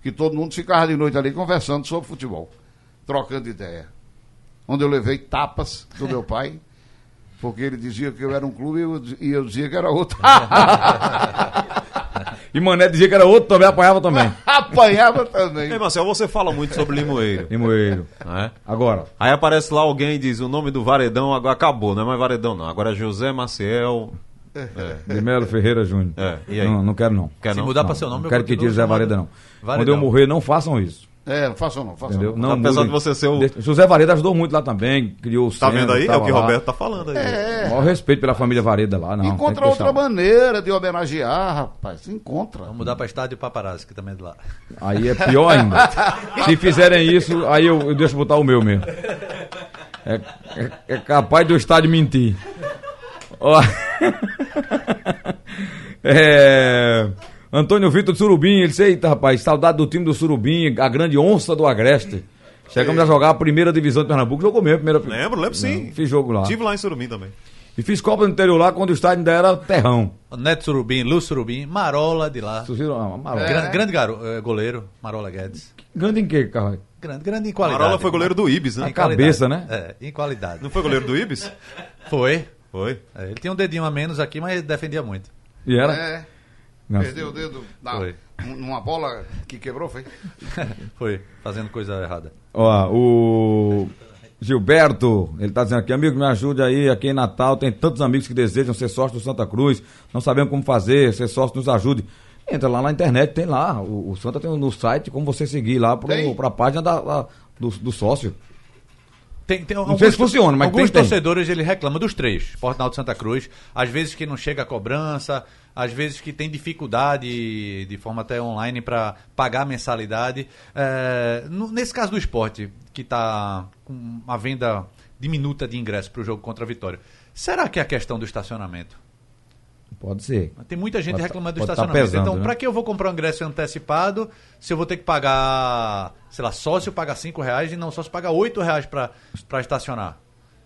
Speaker 6: que todo mundo ficava de noite ali conversando sobre futebol, trocando ideia. Onde eu levei tapas do meu pai, porque ele dizia que eu era um clube e eu diz- e eu dizia que era outro.
Speaker 3: E Mané dizia que era outro também, apanhava também.
Speaker 6: (laughs)
Speaker 3: (laughs)
Speaker 6: Apanhava também.
Speaker 4: Ei, Marcel, você fala muito sobre limoeiro. (laughs)
Speaker 3: Limoeiro.
Speaker 4: né?
Speaker 3: Agora,
Speaker 4: Aí aparece lá alguém e diz o nome do Varedão agora acabou, não é mais Varedão não. Agora é José Maciel.
Speaker 3: de Melo Ferreira Júnior.
Speaker 4: É, e aí?
Speaker 3: Não, não quero não.
Speaker 4: Quer
Speaker 5: Se
Speaker 4: não?
Speaker 5: mudar
Speaker 4: Não.
Speaker 5: pra seu
Speaker 3: Não,
Speaker 5: nome, eu
Speaker 3: quero que
Speaker 5: continuo
Speaker 3: tire Zé
Speaker 5: chamando
Speaker 3: Vareda, não. Quando
Speaker 5: Varedão.
Speaker 3: eu morrer, não façam isso.
Speaker 6: É, não façam não, façam
Speaker 3: Entendeu?
Speaker 6: não.
Speaker 3: Não
Speaker 4: Apesar
Speaker 3: mudem.
Speaker 4: de você ser o-
Speaker 3: Deixa- José Vareda ajudou muito lá também, criou o
Speaker 4: Tá
Speaker 3: centro,
Speaker 4: vendo aí? É
Speaker 3: tava
Speaker 4: o que o
Speaker 3: lá. É.
Speaker 4: Roberto tá falando aí.
Speaker 3: O maior respeito pela família Vareda lá, não. tem que
Speaker 6: Encontra
Speaker 3: deixar
Speaker 6: outra
Speaker 3: lá.
Speaker 6: maneira de homenagear, rapaz. Encontra.
Speaker 5: Vamos mudar pra estádio Paparazzi, que também é de lá.
Speaker 3: Aí é pior ainda. Se fizerem isso, aí eu, eu deixo botar o meu mesmo. É, é- é capaz do estádio mentir. Ó. (laughs) É, Antônio Vitor do Surubim, ele disse, eita rapaz, saudade do time do Surubim, a grande onça do Agreste. Chegamos a jogar a primeira divisão de Pernambuco, jogou mesmo, a primeira.
Speaker 4: Lembro, lembro sim.
Speaker 3: Não, fiz jogo lá.
Speaker 4: Estive lá em Surumim também.
Speaker 3: E fiz Copa do Interior lá quando o estádio ainda era terrão.
Speaker 5: Neto Surubim, Lu Surubim, Marola de lá.
Speaker 3: Vocês viram? Ah, Marola.
Speaker 4: É.
Speaker 5: Gran- grande garo- eh, goleiro, Marola Guedes.
Speaker 3: Grande em quê, Carlos?
Speaker 5: Grande, grande em qualidade.
Speaker 4: Marola foi goleiro do Ibis, né?
Speaker 5: Em
Speaker 3: Cabeça,
Speaker 5: qualidade.
Speaker 3: né?
Speaker 5: É, em qualidade.
Speaker 4: Não foi goleiro do Ibis?
Speaker 5: Foi.
Speaker 4: Foi.
Speaker 5: É, ele tinha um dedinho a menos aqui, mas defendia muito. (laughs)
Speaker 3: E era?
Speaker 6: É,
Speaker 3: Não.
Speaker 6: perdeu o dedo na,
Speaker 5: Foi.
Speaker 6: numa bola que quebrou, foi?
Speaker 5: Foi, fazendo coisa errada.
Speaker 3: Ó, o Gilberto, ele tá dizendo aqui, amigo, me ajude aí, aqui em Natal tem tantos amigos que desejam ser sócio do Santa Cruz, não sabemos como fazer, ser sócio nos ajude. Entra lá na internet, tem lá, o, o Santa tem um, no site como você seguir lá pro,
Speaker 6: Tem?
Speaker 3: pra página da, da- do, do sócio.
Speaker 5: Tem, tem
Speaker 3: sei se funciona, mas
Speaker 5: alguns
Speaker 3: tem, tem.
Speaker 5: torcedores ele reclama dos três, Portal de Santa Cruz, às vezes que não chega a cobrança, às vezes que tem dificuldade de forma até online para pagar a mensalidade. É, no- nesse caso do esporte, que está com uma venda diminuta de ingresso para o jogo contra a Vitória, será que é a questão do estacionamento?
Speaker 3: Pode ser.
Speaker 5: Tem muita gente
Speaker 3: Pode tá-
Speaker 5: reclamando do
Speaker 3: pode tá
Speaker 5: estacionamento.
Speaker 3: pesando,
Speaker 5: então,
Speaker 3: né?
Speaker 5: pra que eu vou comprar um ingresso antecipado se eu vou ter que pagar, sei lá, sócio paga 5 reais e não sócio paga 8 reais pra, pra estacionar?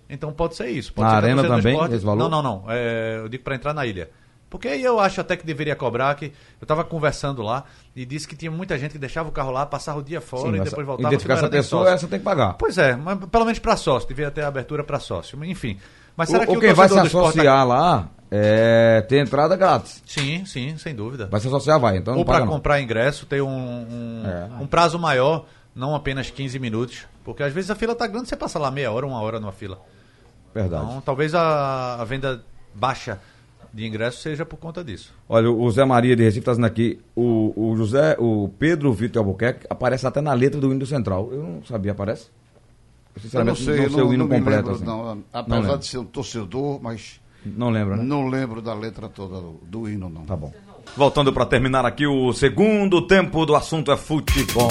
Speaker 5: Então pode ser isso. Pode
Speaker 3: Na
Speaker 5: ser que a
Speaker 3: arena
Speaker 5: torcida do
Speaker 3: também, esse valor?
Speaker 5: Não, não, não. É, eu digo pra entrar na ilha. Porque aí eu acho até que deveria cobrar, que eu tava conversando lá e disse que tinha muita gente que deixava o carro lá, passava o dia fora
Speaker 3: Sim,
Speaker 5: e
Speaker 3: essa-
Speaker 5: depois voltava.
Speaker 3: identificar
Speaker 5: porque
Speaker 3: essa
Speaker 5: não era nem
Speaker 3: pessoa,
Speaker 5: sócio.
Speaker 3: essa tem que pagar.
Speaker 5: Pois é, mas pelo menos pra sócio, devia ter abertura pra sócio. Enfim. Mas será
Speaker 3: Ou-
Speaker 5: que
Speaker 3: ou
Speaker 5: o
Speaker 3: quem vai se
Speaker 5: torcedor do esporte- tá-
Speaker 3: associar lá, é, tem entrada grátis.
Speaker 5: Sim, sim, sem dúvida.
Speaker 3: Vai se associar, vai, então não
Speaker 5: Ou para
Speaker 3: paga não.
Speaker 5: comprar ingresso, ter um, um,
Speaker 3: É.
Speaker 5: um prazo maior, não apenas 15 minutos. Porque às vezes a fila tá grande, você passa lá meia hora, uma hora numa fila.
Speaker 3: Verdade.
Speaker 5: Então talvez a, a venda baixa de ingresso seja por conta disso.
Speaker 3: Olha, o Zé Maria de Recife está dizendo aqui, o, o José, o Pedro Vitor Albuquerque aparece até na letra do hino do Central. Eu não sabia, aparece? Eu,
Speaker 6: Eu não
Speaker 3: sinceramente,
Speaker 6: sei, eu não,
Speaker 3: o hino
Speaker 6: não me
Speaker 3: completo.
Speaker 6: lembro,
Speaker 3: assim.
Speaker 6: não.
Speaker 3: Não
Speaker 6: Apesar
Speaker 3: lembro.
Speaker 6: de ser um torcedor, mas
Speaker 3: Não lembro, né?
Speaker 6: não lembro da letra toda do, do hino, não.
Speaker 3: Tá bom. Voltando para terminar aqui o segundo tempo do assunto é futebol.